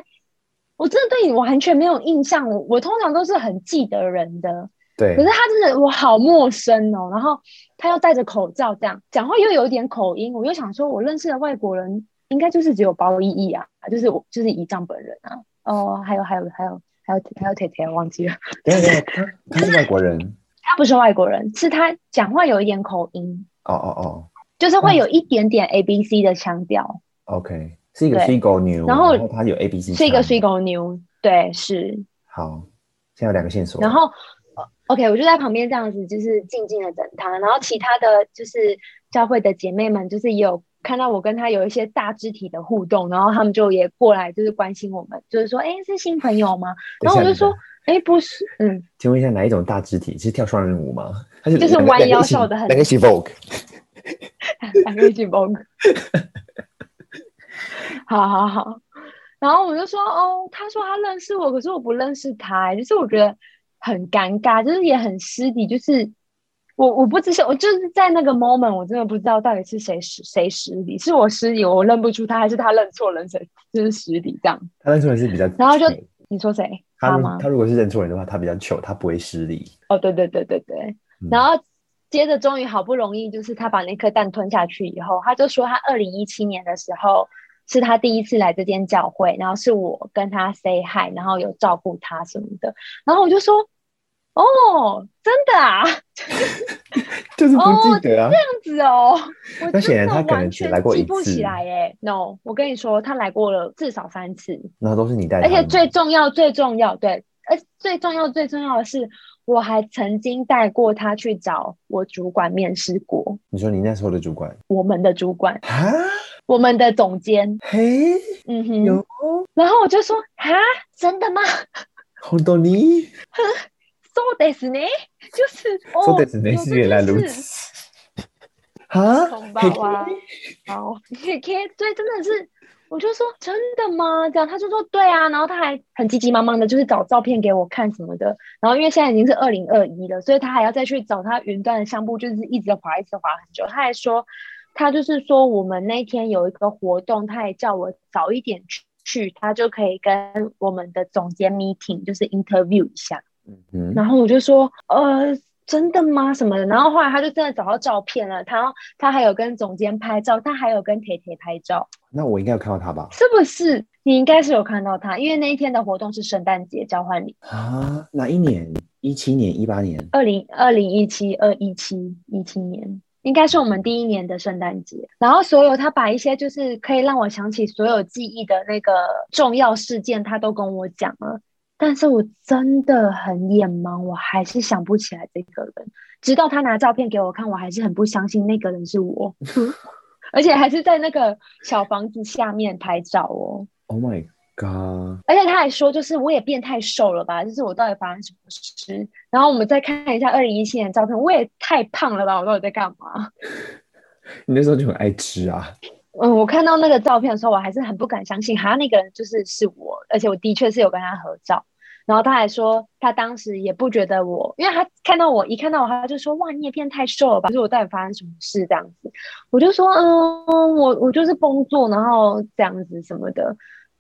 Speaker 2: 我真的对你完全没有印象。我我通常都是很记得人的，
Speaker 1: 对。
Speaker 2: 可是他真的我好陌生哦，然后他又戴着口罩，这样讲话又有一点口音，我又想说，我认识的外国人应该就是只有包奕奕啊，就是我就是姨丈本人啊。哦，还有还有还有还有还有铁铁忘记了，
Speaker 1: 对对， 他他是外国人，
Speaker 2: 他不是外国人，是他讲话有一点口音。
Speaker 1: 哦哦哦。
Speaker 2: 就是会有一点点 A B C 的腔调
Speaker 1: ，OK，是一个水狗牛，
Speaker 2: 然
Speaker 1: 后它有 A B C，
Speaker 2: 是一个水狗牛，对，是。
Speaker 1: 好，现在有两个线索。
Speaker 2: 然后，OK，我就呃在旁边这样子，就是静静的等他。然后其他的就是教会的姐妹们，就是也有看到我跟他有一些大肢体的互动，然后他们就也过来就是关心我们，就是说，哎、欸，是新朋友吗？然后我就说，哎、欸，不是，嗯。
Speaker 1: 请问一下，哪一种大肢体？是跳双人舞吗？还
Speaker 2: 是就是弯腰笑的很？
Speaker 1: 两个一起 vogue。
Speaker 2: 两个一起崩，好好好。然后我就说，哦，他说他认识我，可是我不认识他、欸，就是我觉得很尴尬，就是也很失礼，就是我我不知道，我就是在那个 moment，我真的不知道到底是谁失谁失礼，是我失礼，我认不出他，还是他认错人，谁就是失礼这样。
Speaker 1: 他认错人是比较，
Speaker 2: 然后就你说谁？
Speaker 1: 他
Speaker 2: 他
Speaker 1: 如
Speaker 2: 吗？
Speaker 1: 他如果是认错人的话，他比较糗，他不会失礼。
Speaker 2: 哦，对对对对对。
Speaker 1: 嗯
Speaker 2: 然后接着终于好不容易，就是他把那颗蛋吞下去以后，他就说他二零一七年的时候是他第一次来这间教会，然后是我跟他 say hi，然后有照顾他什么的。然后我就说，哦，真的啊， 这
Speaker 1: 就是不记得啊，
Speaker 2: 哦样子哦。我
Speaker 1: 那显然
Speaker 2: 真
Speaker 1: 他
Speaker 2: 的
Speaker 1: 可能
Speaker 2: 完
Speaker 1: 只
Speaker 2: 全
Speaker 1: 来过
Speaker 2: 记
Speaker 1: 一
Speaker 2: 不
Speaker 1: 次
Speaker 2: 起来耶。No，我跟你说，他来过了至少三次。
Speaker 1: 那都是你带他
Speaker 2: 而
Speaker 1: 的
Speaker 2: 且
Speaker 1: 吗，
Speaker 2: 最重要、最重要，对，而最重要、最重要的是，我还曾经带过他去找我主管面试过，
Speaker 1: 你说你那时候的主管
Speaker 2: 我们的主管，
Speaker 1: 啊，
Speaker 2: 我们的总监，
Speaker 1: 嘿，
Speaker 2: 嗯哼
Speaker 1: 有，
Speaker 2: 然后我就说，哈，真的吗
Speaker 1: 红豆泥，
Speaker 2: ？So this 呢？就是哦，
Speaker 1: 说的只能
Speaker 2: 有这
Speaker 1: 是原来
Speaker 2: 件
Speaker 1: 如
Speaker 2: 事
Speaker 1: 此啊，
Speaker 2: 红包啊，好，K K，对，真的是，我就说真的吗？这样，他就说对啊，然后他还很急急忙忙的，就是找照片给我看什么的。然后因为现在已经是二零二一了，所以他还要再去找他云端的相簿，就是一直划，一直划很久。他还说，他就是说我们那天有一个活动，他也叫我早一点去。去他就可以跟我们的总监 meeting，就是 interview 一下，
Speaker 1: 嗯，
Speaker 2: 然后我就说，呃，真的吗？什么的。然后后来他就真的找到照片了，他他还有跟总监拍照，他还有跟铁铁拍照，
Speaker 1: 那我应该有看到他吧？
Speaker 2: 是不是？你应该是有看到他，因为那一天的活动是圣诞节交换礼，
Speaker 1: 啊，哪一年？一七年、一八年？
Speaker 2: 二零二零一七二一七一七年。应该是我们第一年的圣诞节，然后所有他把一些就是可以让我想起所有记忆的那个重要事件，他都跟我讲了。但是我真的很眼盲，我还是想不起来这个人。直到他拿照片给我看，我还是很不相信那个人是我， 而且还是在那个小房子下面拍照哦。
Speaker 1: Oh my god！
Speaker 2: 而且他还说，就是我也变太瘦了吧，就是我到底发生什么事？然后我们再看一下二零一七年的照片，我也太胖了吧，我到底在干嘛？
Speaker 1: 你那时候就很爱吃啊，
Speaker 2: 嗯，我看到那个照片的时候，我还是很不敢相信，哈，那个人就是是我，而且我的确是有跟他合照。然后他还说，他当时也不觉得我，因为他看到我一看到我，他就说：“哇，你也变太瘦了吧？”就是我到底发生什么事这样子？我就说：“嗯，我我就是工作，然后这样子什么的，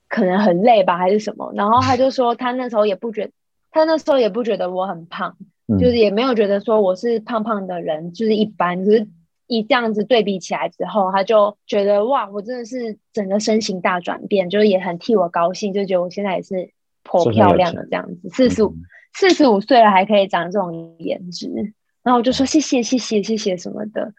Speaker 2: 可能很累吧，还是什么。”然后他就说，他那时候也不觉他那时候也不觉得我很胖，
Speaker 1: 嗯
Speaker 2: 就是也没有觉得说我是胖胖的人，就是一般，可是一这样子对比起来之后，他就觉得哇，我真的是整个身形大转变，就是也很替我高兴，就觉得我现在也是颇
Speaker 1: 是很
Speaker 2: 漂
Speaker 1: 有
Speaker 2: 亮
Speaker 1: 钱
Speaker 2: 的这样子，四十五
Speaker 1: 嗯
Speaker 2: 四十五岁了还可以长这种颜值，然后我就说谢谢谢谢谢谢什么的，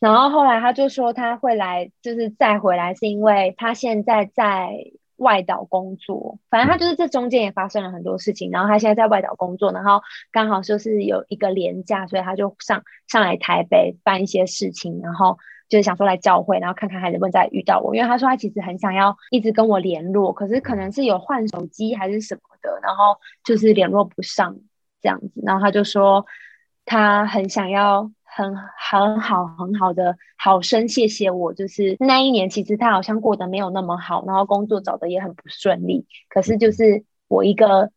Speaker 2: 然后后来他就说他会来，就是再回来是因为他现在在外岛工作，反正他就是这中间也发生了很多事情，然后他现在在外岛工作，然后刚好就是有一个连假，所以他就上上来台北办一些事情，然后就是想说来教会，然后看看还能不能再遇到我，因为他说他其实很想要一直跟我联络，可是可能是有换手机还是什么的，然后就是联络不上这样子，然后他就说他很想要很很好很好的好生谢谢我，就是那一年其实他好像过得没有那么好，然后工作找的也很不顺利，可是就是我一个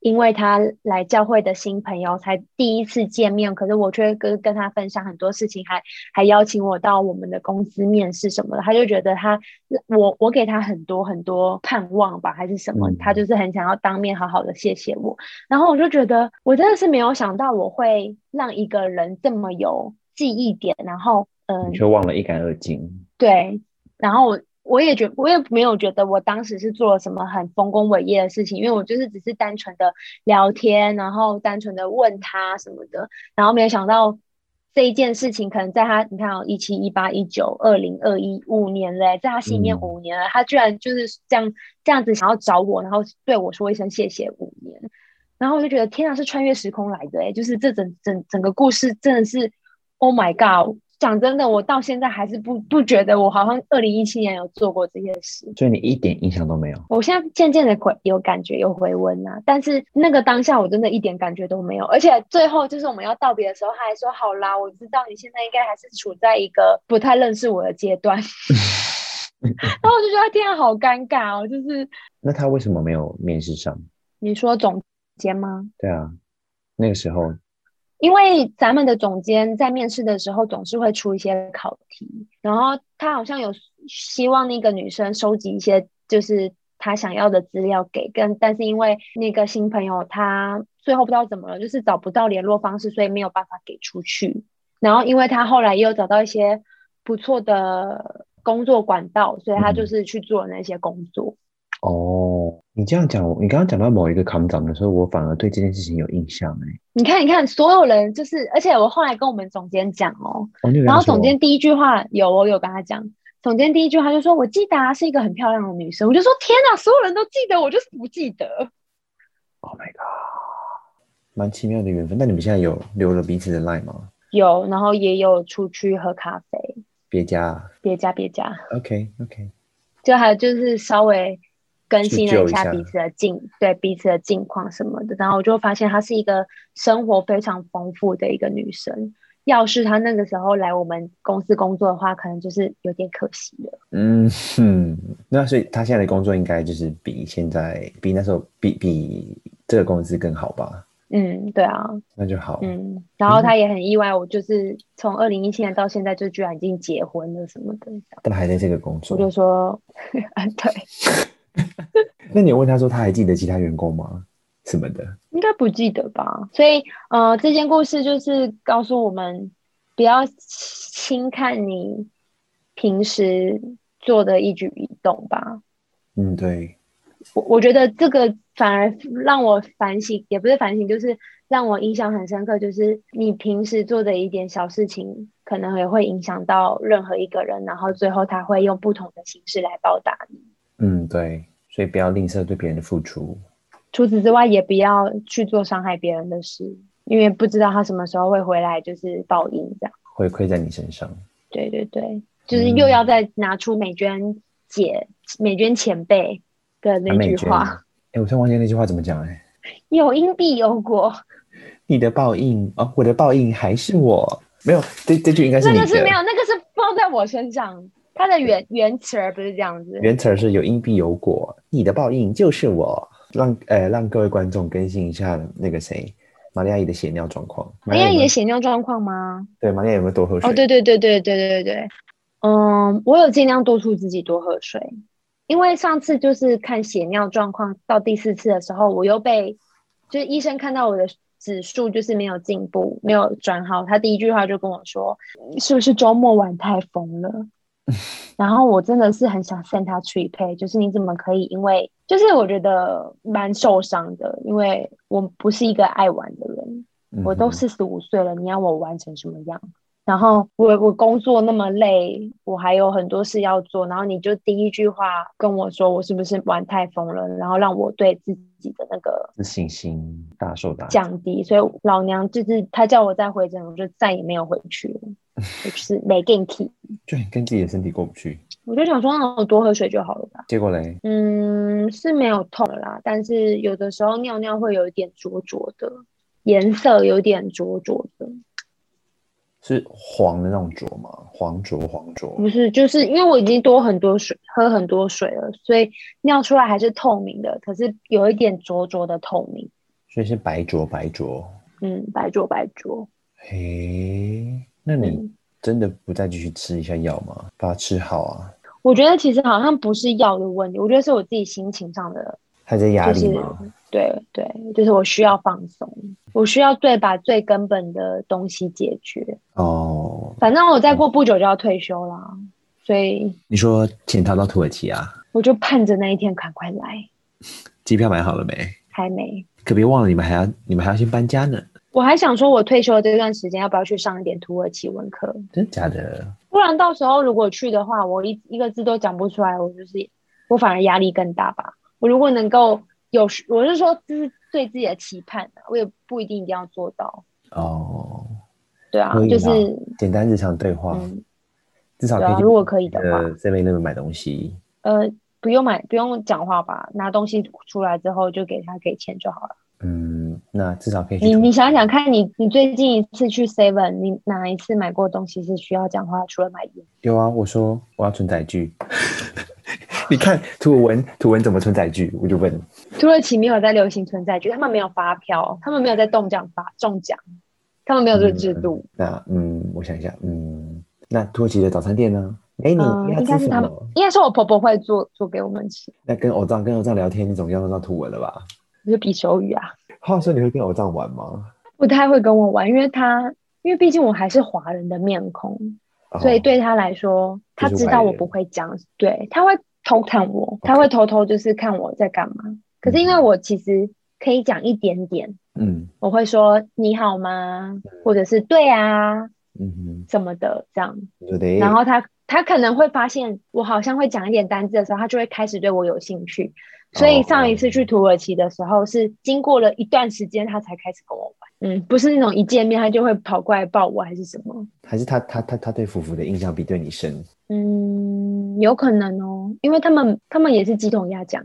Speaker 2: 因为他来教会的新朋友才第一次见面，可是我却跟跟他分享很多事情，还还邀请我到我们的公司面试什么的，他就觉得他我我给他很多很多盼望吧，还是什么
Speaker 1: 嗯，
Speaker 2: 他就是很想要当面好好的谢谢我。然后我就觉得，我真的是没有想到我会让一个人这么有记忆点，然后嗯、呃
Speaker 1: 你却忘了一干二净。
Speaker 2: 对，然后我我也觉我也没有觉得我当时是做了什么很丰功伟业的事情，因为我就是只是单纯的聊天，然后单纯的问他什么的，然后没有想到这一件事情可能在他你看哦一七一八一九二零二一五年嘞，在他心里面
Speaker 1: 嗯
Speaker 2: 五年了，他居然就是这样这样子想要找我，然后对我说一声谢谢五年，然后我就觉得天啊，是穿越时空来的诶、就是这整整整个故事真的是 Oh my God！讲真的，我到现在还是不不觉得我好像二零一七年有做过这件事。
Speaker 1: 所以你一点印象都没有。
Speaker 2: 我现在渐渐的回有感觉有回温啊，但是那个当下我真的一点感觉都没有，而且最后就是我们要道别的时候，他还说好啦，我知道你现在应该还是处在一个不太认识我的阶段，然后我就觉得天啊，好尴尬哦，就是
Speaker 1: 那他为什么没有面试上？
Speaker 2: 你说总监吗？
Speaker 1: 对啊，那个时候
Speaker 2: 因为咱们的总监在面试的时候总是会出一些考题，然后他好像有希望那个女生收集一些就是他想要的资料给，跟但是因为那个新朋友他最后不知道怎么了，就是找不到联络方式，所以没有办法给出去。然后因为他后来又找到一些不错的工作管道，所以他就是去做那些工作。
Speaker 1: 哦，你这样讲，你刚刚讲到某一个康长的时候，我反而对这件事情有印象哎、
Speaker 2: 你看，你看，所有人就是，而且我后来跟我们总监讲哦，
Speaker 1: 哦你有跟
Speaker 2: 然
Speaker 1: 他
Speaker 2: 后
Speaker 1: 说
Speaker 2: 总监第一句话有我有跟他讲，总监第一句话就说：“我记得啊，是一个很漂亮的女生。”我就说：“天哪，所有人都记得，我就是不记得。
Speaker 1: ，Oh my god，蛮奇妙的缘分。那你们现在有留了彼此的 line 吗？”
Speaker 2: 有，然后也有出去喝咖啡，
Speaker 1: 别加啊
Speaker 2: 别加别加，
Speaker 1: ，OK OK，
Speaker 2: 就还有就是稍微更新了
Speaker 1: 叙旧一下
Speaker 2: 彼此的近对彼此的近况什么的，然后我就发现她是一个生活非常丰富的一个女生。要是她那个时候来我们公司工作的话，可能就是有点可惜了。
Speaker 1: 嗯哼，那所以他现在的工作应该就是比现在比那时候比比这个公司更好吧？
Speaker 2: 嗯，对啊，
Speaker 1: 那就好，
Speaker 2: 嗯，然后她也很意外，我就是从二零一七年到现在，就居然已经结婚了什么的，
Speaker 1: 但还在这个工
Speaker 2: 我就
Speaker 1: 作。
Speaker 2: 说， 啊，对，
Speaker 1: 那你有问他说他还记得其他员工吗？什么的？
Speaker 2: 应该不记得吧？所以，呃，这件故事就是告诉我们，不要轻看你平时做的一举一动吧。
Speaker 1: 嗯，对，
Speaker 2: 我我觉得这个反而让我反省，也不是反省，就是让我印象很深刻，就是你平时做的一点小事情，可能也会影响到任何一个人，然后最后他会用不同的形式来报答你。
Speaker 1: 嗯对，所以不要吝啬对别人的付出。
Speaker 2: 除此之外，也不要去做伤害别人的事，因为不知道他什么时候会回来，就是报应这样。
Speaker 1: 回馈在你身上。
Speaker 2: 对对对，就是又要再拿出美娟姐、美娟前辈的
Speaker 1: 啊
Speaker 2: 那句话
Speaker 1: 哎、诶我突然忘记那句话怎么讲哎、：“
Speaker 2: 有因必有果。
Speaker 1: 你的报应哦，我的报应还是我。没有，这这句应该”是
Speaker 2: 那
Speaker 1: 你
Speaker 2: 个是没
Speaker 1: 的。
Speaker 2: 有，那个是放在我身上，它的原原词儿不是这样子。
Speaker 1: 原词儿是有因必有果，你的报应就是我。让呃让各位观众更新一下那个谁，玛利亚姨的血尿状况。玛
Speaker 2: 哎
Speaker 1: 利亚姨有
Speaker 2: 呀，
Speaker 1: 没
Speaker 2: 你
Speaker 1: 有
Speaker 2: 的血尿状况吗？
Speaker 1: 对玛利亚有没有多喝水？
Speaker 2: 哦，对对对对对对对，嗯，我有尽量督促自己多喝水，因为上次就是看血尿状况到第四次的时候，我又被就是医生看到我的指数就是没有进步，没有转好，他第一句话就跟我说，是不是周末玩太疯了？ 然后我真的是很想 send 他去配，就是你怎么可以因为就是我觉得蛮受伤的，因为我不是一个爱玩的人，
Speaker 1: 嗯哼
Speaker 2: 我都四十五岁了，你要我玩成什么样？然后我我工作那么累，我还有很多事要做，然后你就第一句话跟我说我是不是玩太疯了，然后让我对自己的那个
Speaker 1: 自信心大受打击。
Speaker 2: 降低，所以老娘就是他叫我再回诊，我就再也没有回去了，我就是没 g a
Speaker 1: 就很跟自己的身体过不去。
Speaker 2: 我就想说，那我多喝水就好了吧。
Speaker 1: 结果嘞，
Speaker 2: 嗯，是没有痛了啦，但是有的时候尿尿会有一点浊浊的，颜色有点浊浊的。
Speaker 1: 是黄的那种浊吗？黄浊黄浊。
Speaker 2: 不是，就是因为我已经多很多水，喝很多水了，所以尿出来还是透明的，可是有一点浊浊的透明。
Speaker 1: 所以是白浊白浊。
Speaker 2: 嗯，白浊白浊。
Speaker 1: 嘿，那你
Speaker 2: 嗯
Speaker 1: 真的不再继续吃一下药吗？把它吃好啊？
Speaker 2: 我觉得其实好像不是药的问题，我觉得是我自己心情上的，
Speaker 1: 还在压
Speaker 2: 就是
Speaker 1: 力吗？
Speaker 2: 对对，就是我需要放松，我需要最把最根本的东西解决。
Speaker 1: 哦，
Speaker 2: 反正我再过不久就要退休啦，所以
Speaker 1: 你说潜逃到土耳其啊？
Speaker 2: 我就盼着那一天赶快来，
Speaker 1: 机票买好了没？
Speaker 2: 还没。
Speaker 1: 可别忘了，你们还要你们还要先搬家呢。
Speaker 2: 我还想说，我退休的这段时间要不要去上一点土耳其文课？
Speaker 1: 真的假的？
Speaker 2: 不然到时候如果去的话，我一一个字都讲不出来，我就是我反而压力更大吧。我如果能够有时，我是说这是对自己的期盼啊，我也不一定一定要做到。
Speaker 1: 哦，
Speaker 2: 对啊
Speaker 1: 可，以
Speaker 2: 就
Speaker 1: 啦
Speaker 2: 是
Speaker 1: 简单日常对话，
Speaker 2: 嗯
Speaker 1: 至少可以
Speaker 2: 对啊
Speaker 1: 去
Speaker 2: 如果可以的话
Speaker 1: 呃，在那边买东西。
Speaker 2: 呃，不用买，不用讲话吧，拿东西出来之后就给他给钱就好了。
Speaker 1: 嗯，那至少可以去
Speaker 2: 你
Speaker 1: 土
Speaker 2: 你想想看你，你最近一次去 Seven，你哪一次买过东西是需要讲话，除了买烟？
Speaker 1: 有啊，我说我要存载具。 你看图文图文怎么存载具？我就问，
Speaker 2: 土耳其没有在流行存在，就他们没有发票，他们没有在动奖发中奖，他们没有这个制度。
Speaker 1: 嗯那嗯，我想一下，嗯，那土耳其的早餐店呢？哎，你
Speaker 2: 嗯，
Speaker 1: 要
Speaker 2: 应该
Speaker 1: 吃
Speaker 2: 是
Speaker 1: 什
Speaker 2: 他们
Speaker 1: 么？，
Speaker 2: 应该是我婆婆会做做给我们吃，
Speaker 1: 那跟偶像跟偶像聊天，你总要用到图文了吧？
Speaker 2: 就是比手语啊。
Speaker 1: 话说你会跟偶像玩吗？
Speaker 2: 不太会跟我玩，因为他因为毕竟我还是华人的面孔，
Speaker 1: 哦
Speaker 2: 所以对他来说，他知道我不会讲，对他会偷看我，他会偷偷就是看我在干嘛。可是因为我其实可以讲一点点，
Speaker 1: 嗯
Speaker 2: 我会说你好吗，或者是对啊
Speaker 1: 嗯哼，
Speaker 2: 什么的这样，
Speaker 1: 你就得
Speaker 2: 然后他。他可能会发现我好像会讲一点单字的时候，他就会开始对我有兴趣。所
Speaker 1: 哦
Speaker 2: 以上一次去土耳其的时候，是经过了一段时间，他才开始跟我玩。嗯，不是那种一见面他就会跑过来抱我还是什么。
Speaker 1: 还是他他他他对福福的印象比对你深，
Speaker 2: 嗯，有可能哦，因为他们他们也是鸡同鸭讲，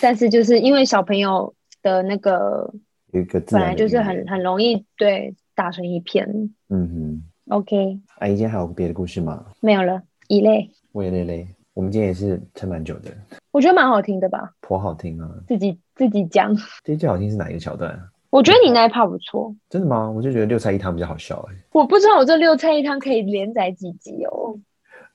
Speaker 2: 但是就是因为小朋友的那个
Speaker 1: 有一个自
Speaker 2: 本
Speaker 1: 然
Speaker 2: 来
Speaker 1: 的
Speaker 2: 就是
Speaker 1: 语
Speaker 2: 很
Speaker 1: 言
Speaker 2: 很容易对打成一片。
Speaker 1: 嗯哼。
Speaker 2: OK，
Speaker 1: 阿姨今天还有别的故事吗？
Speaker 2: 没有了，一类，
Speaker 1: 我也累累，我们今天也是撑蛮久的，
Speaker 2: 我觉得蛮好听的吧，
Speaker 1: 颇好听啊。
Speaker 2: 自己自己讲。
Speaker 1: 这最好听是哪一个桥段啊？
Speaker 2: 我觉得你那一趴不错，
Speaker 1: 真的吗？我就觉得六菜一汤比较好笑哎、
Speaker 2: 我不知道我这六菜一汤可以连载几集哦，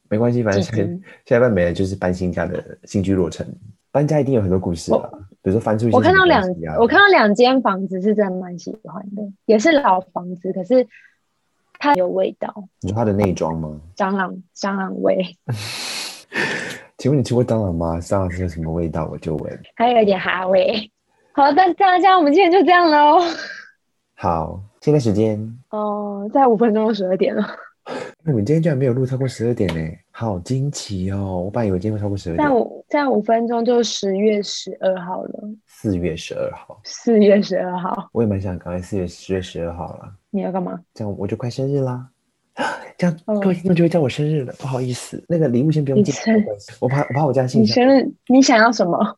Speaker 1: 没关系，反
Speaker 2: 几
Speaker 1: 正现在
Speaker 2: 集。
Speaker 1: 下一半没了就是搬新家的新居落成，搬家一定有很多故事啊，比如说翻出一些
Speaker 2: 我看到两
Speaker 1: 什么东西啊，
Speaker 2: 我看到两间房子是真的蛮喜欢的，也是老房子，可是它有味道，
Speaker 1: 你说他的内装吗？
Speaker 2: 蟑螂蟑螂味，
Speaker 1: 请问你吃过蟑螂吗？蟑螂是有什么味道？我就问。
Speaker 2: 还有一点哈味。好，那大家我们今天就这样喽。
Speaker 1: 好，现在时间，
Speaker 2: 哦，在五分钟十二点了，
Speaker 1: 我们今天居然没有录超过十二点呢，好惊奇哦！我本来以为今天会超过十二
Speaker 2: 在
Speaker 1: 点。
Speaker 2: 五在五分钟就十月十二号了，
Speaker 1: 四月十二号，
Speaker 2: 四月十二号，
Speaker 1: 我也蛮想赶快四月十月十二号了，
Speaker 2: 你要干嘛？
Speaker 1: 这样我就快生日啦。 这样
Speaker 2: 哦
Speaker 1: 各位听众就会叫我生日了，不好意思，那个礼物先不用
Speaker 2: 你
Speaker 1: 寄，
Speaker 2: 生
Speaker 1: 没关系我怕我怕我家信
Speaker 2: 你
Speaker 1: 箱
Speaker 2: 生，日你想要什么？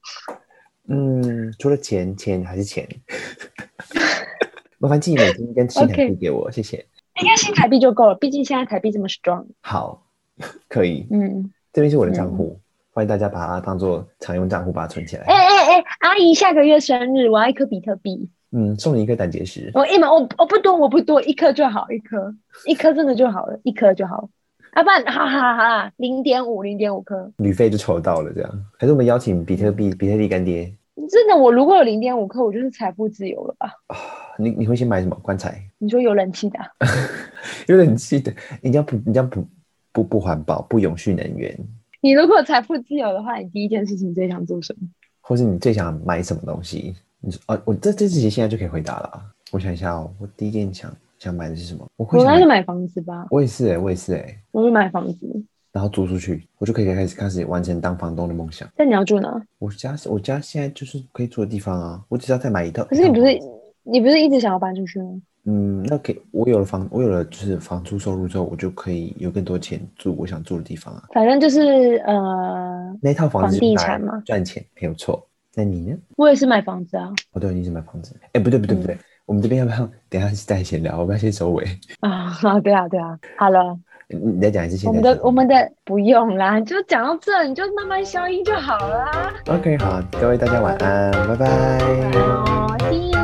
Speaker 1: 嗯，除了钱，钱还是钱。 麻烦寄美金跟新台币
Speaker 2: OK
Speaker 1: 给我，谢谢。
Speaker 2: 应该新台币就够了，毕竟现在台币这么 strong。
Speaker 1: 好，可以。
Speaker 2: 嗯，
Speaker 1: 这边是我的账户，欢迎大家把它当做常用账户，把它存起来。
Speaker 2: 哎哎哎，阿姨下个月生日，我要一颗比特币。
Speaker 1: 嗯，送你一颗胆结石。
Speaker 2: 我一毛我我不多我不多，一颗就好，一颗一颗真的就好了，一颗就好。啊不然，哈哈哈啦，零点五零点五颗，
Speaker 1: 旅费就筹到了，这样。还是我们邀请比特币，比特币干爹。
Speaker 2: 真的我如果有零点五颗，我就是财富自由了吧？
Speaker 1: 你你会先买什么棺材？
Speaker 2: 你说有人气的啊、
Speaker 1: 因为你记得，你这样不，你这样不不不环保，不永续能源，
Speaker 2: 你如果财富自由的话，你第一件事情最想做什么？
Speaker 1: 或是你最想买什么东西？你说哦，我这这题现在就可以回答了啊。我想一下哦，我第一件想想买的是什么？我会
Speaker 2: 我
Speaker 1: 想
Speaker 2: 那
Speaker 1: 买
Speaker 2: 就买房子吧，
Speaker 1: 我也是哎、我也是哎、
Speaker 2: 我就买房子。
Speaker 1: 然后租出去，我就可以开始开始完成当房东的梦想。
Speaker 2: 但你要住哪？
Speaker 1: 我家我家现在就是可以住的地方啊，我只要再买一套。
Speaker 2: 可是你不是
Speaker 1: 一套房子
Speaker 2: 你不是一直想要搬出去吗？
Speaker 1: 嗯，那可以，我有了房，我有了就是房租收入之后，我就可以有更多钱住我想住的地方啊。
Speaker 2: 反正就是呃，
Speaker 1: 那一套房子
Speaker 2: 房地
Speaker 1: 是拿来
Speaker 2: 产吗
Speaker 1: 赚钱没有错。那你呢？
Speaker 2: 我也是买房子啊
Speaker 1: 哦，对，你是买房子。哎，不对不对不
Speaker 2: 嗯
Speaker 1: 对，我们这边要不要等一下再闲聊？我们要先收尾。
Speaker 2: 啊， 对啊对啊，好了。
Speaker 1: 你你再讲一次
Speaker 2: 我
Speaker 1: 现在
Speaker 2: 们的我们的不用啦，就讲到这，你就慢慢消音就好了啦。
Speaker 1: OK 好，各位大家晚安，拜拜
Speaker 2: 哦，See you。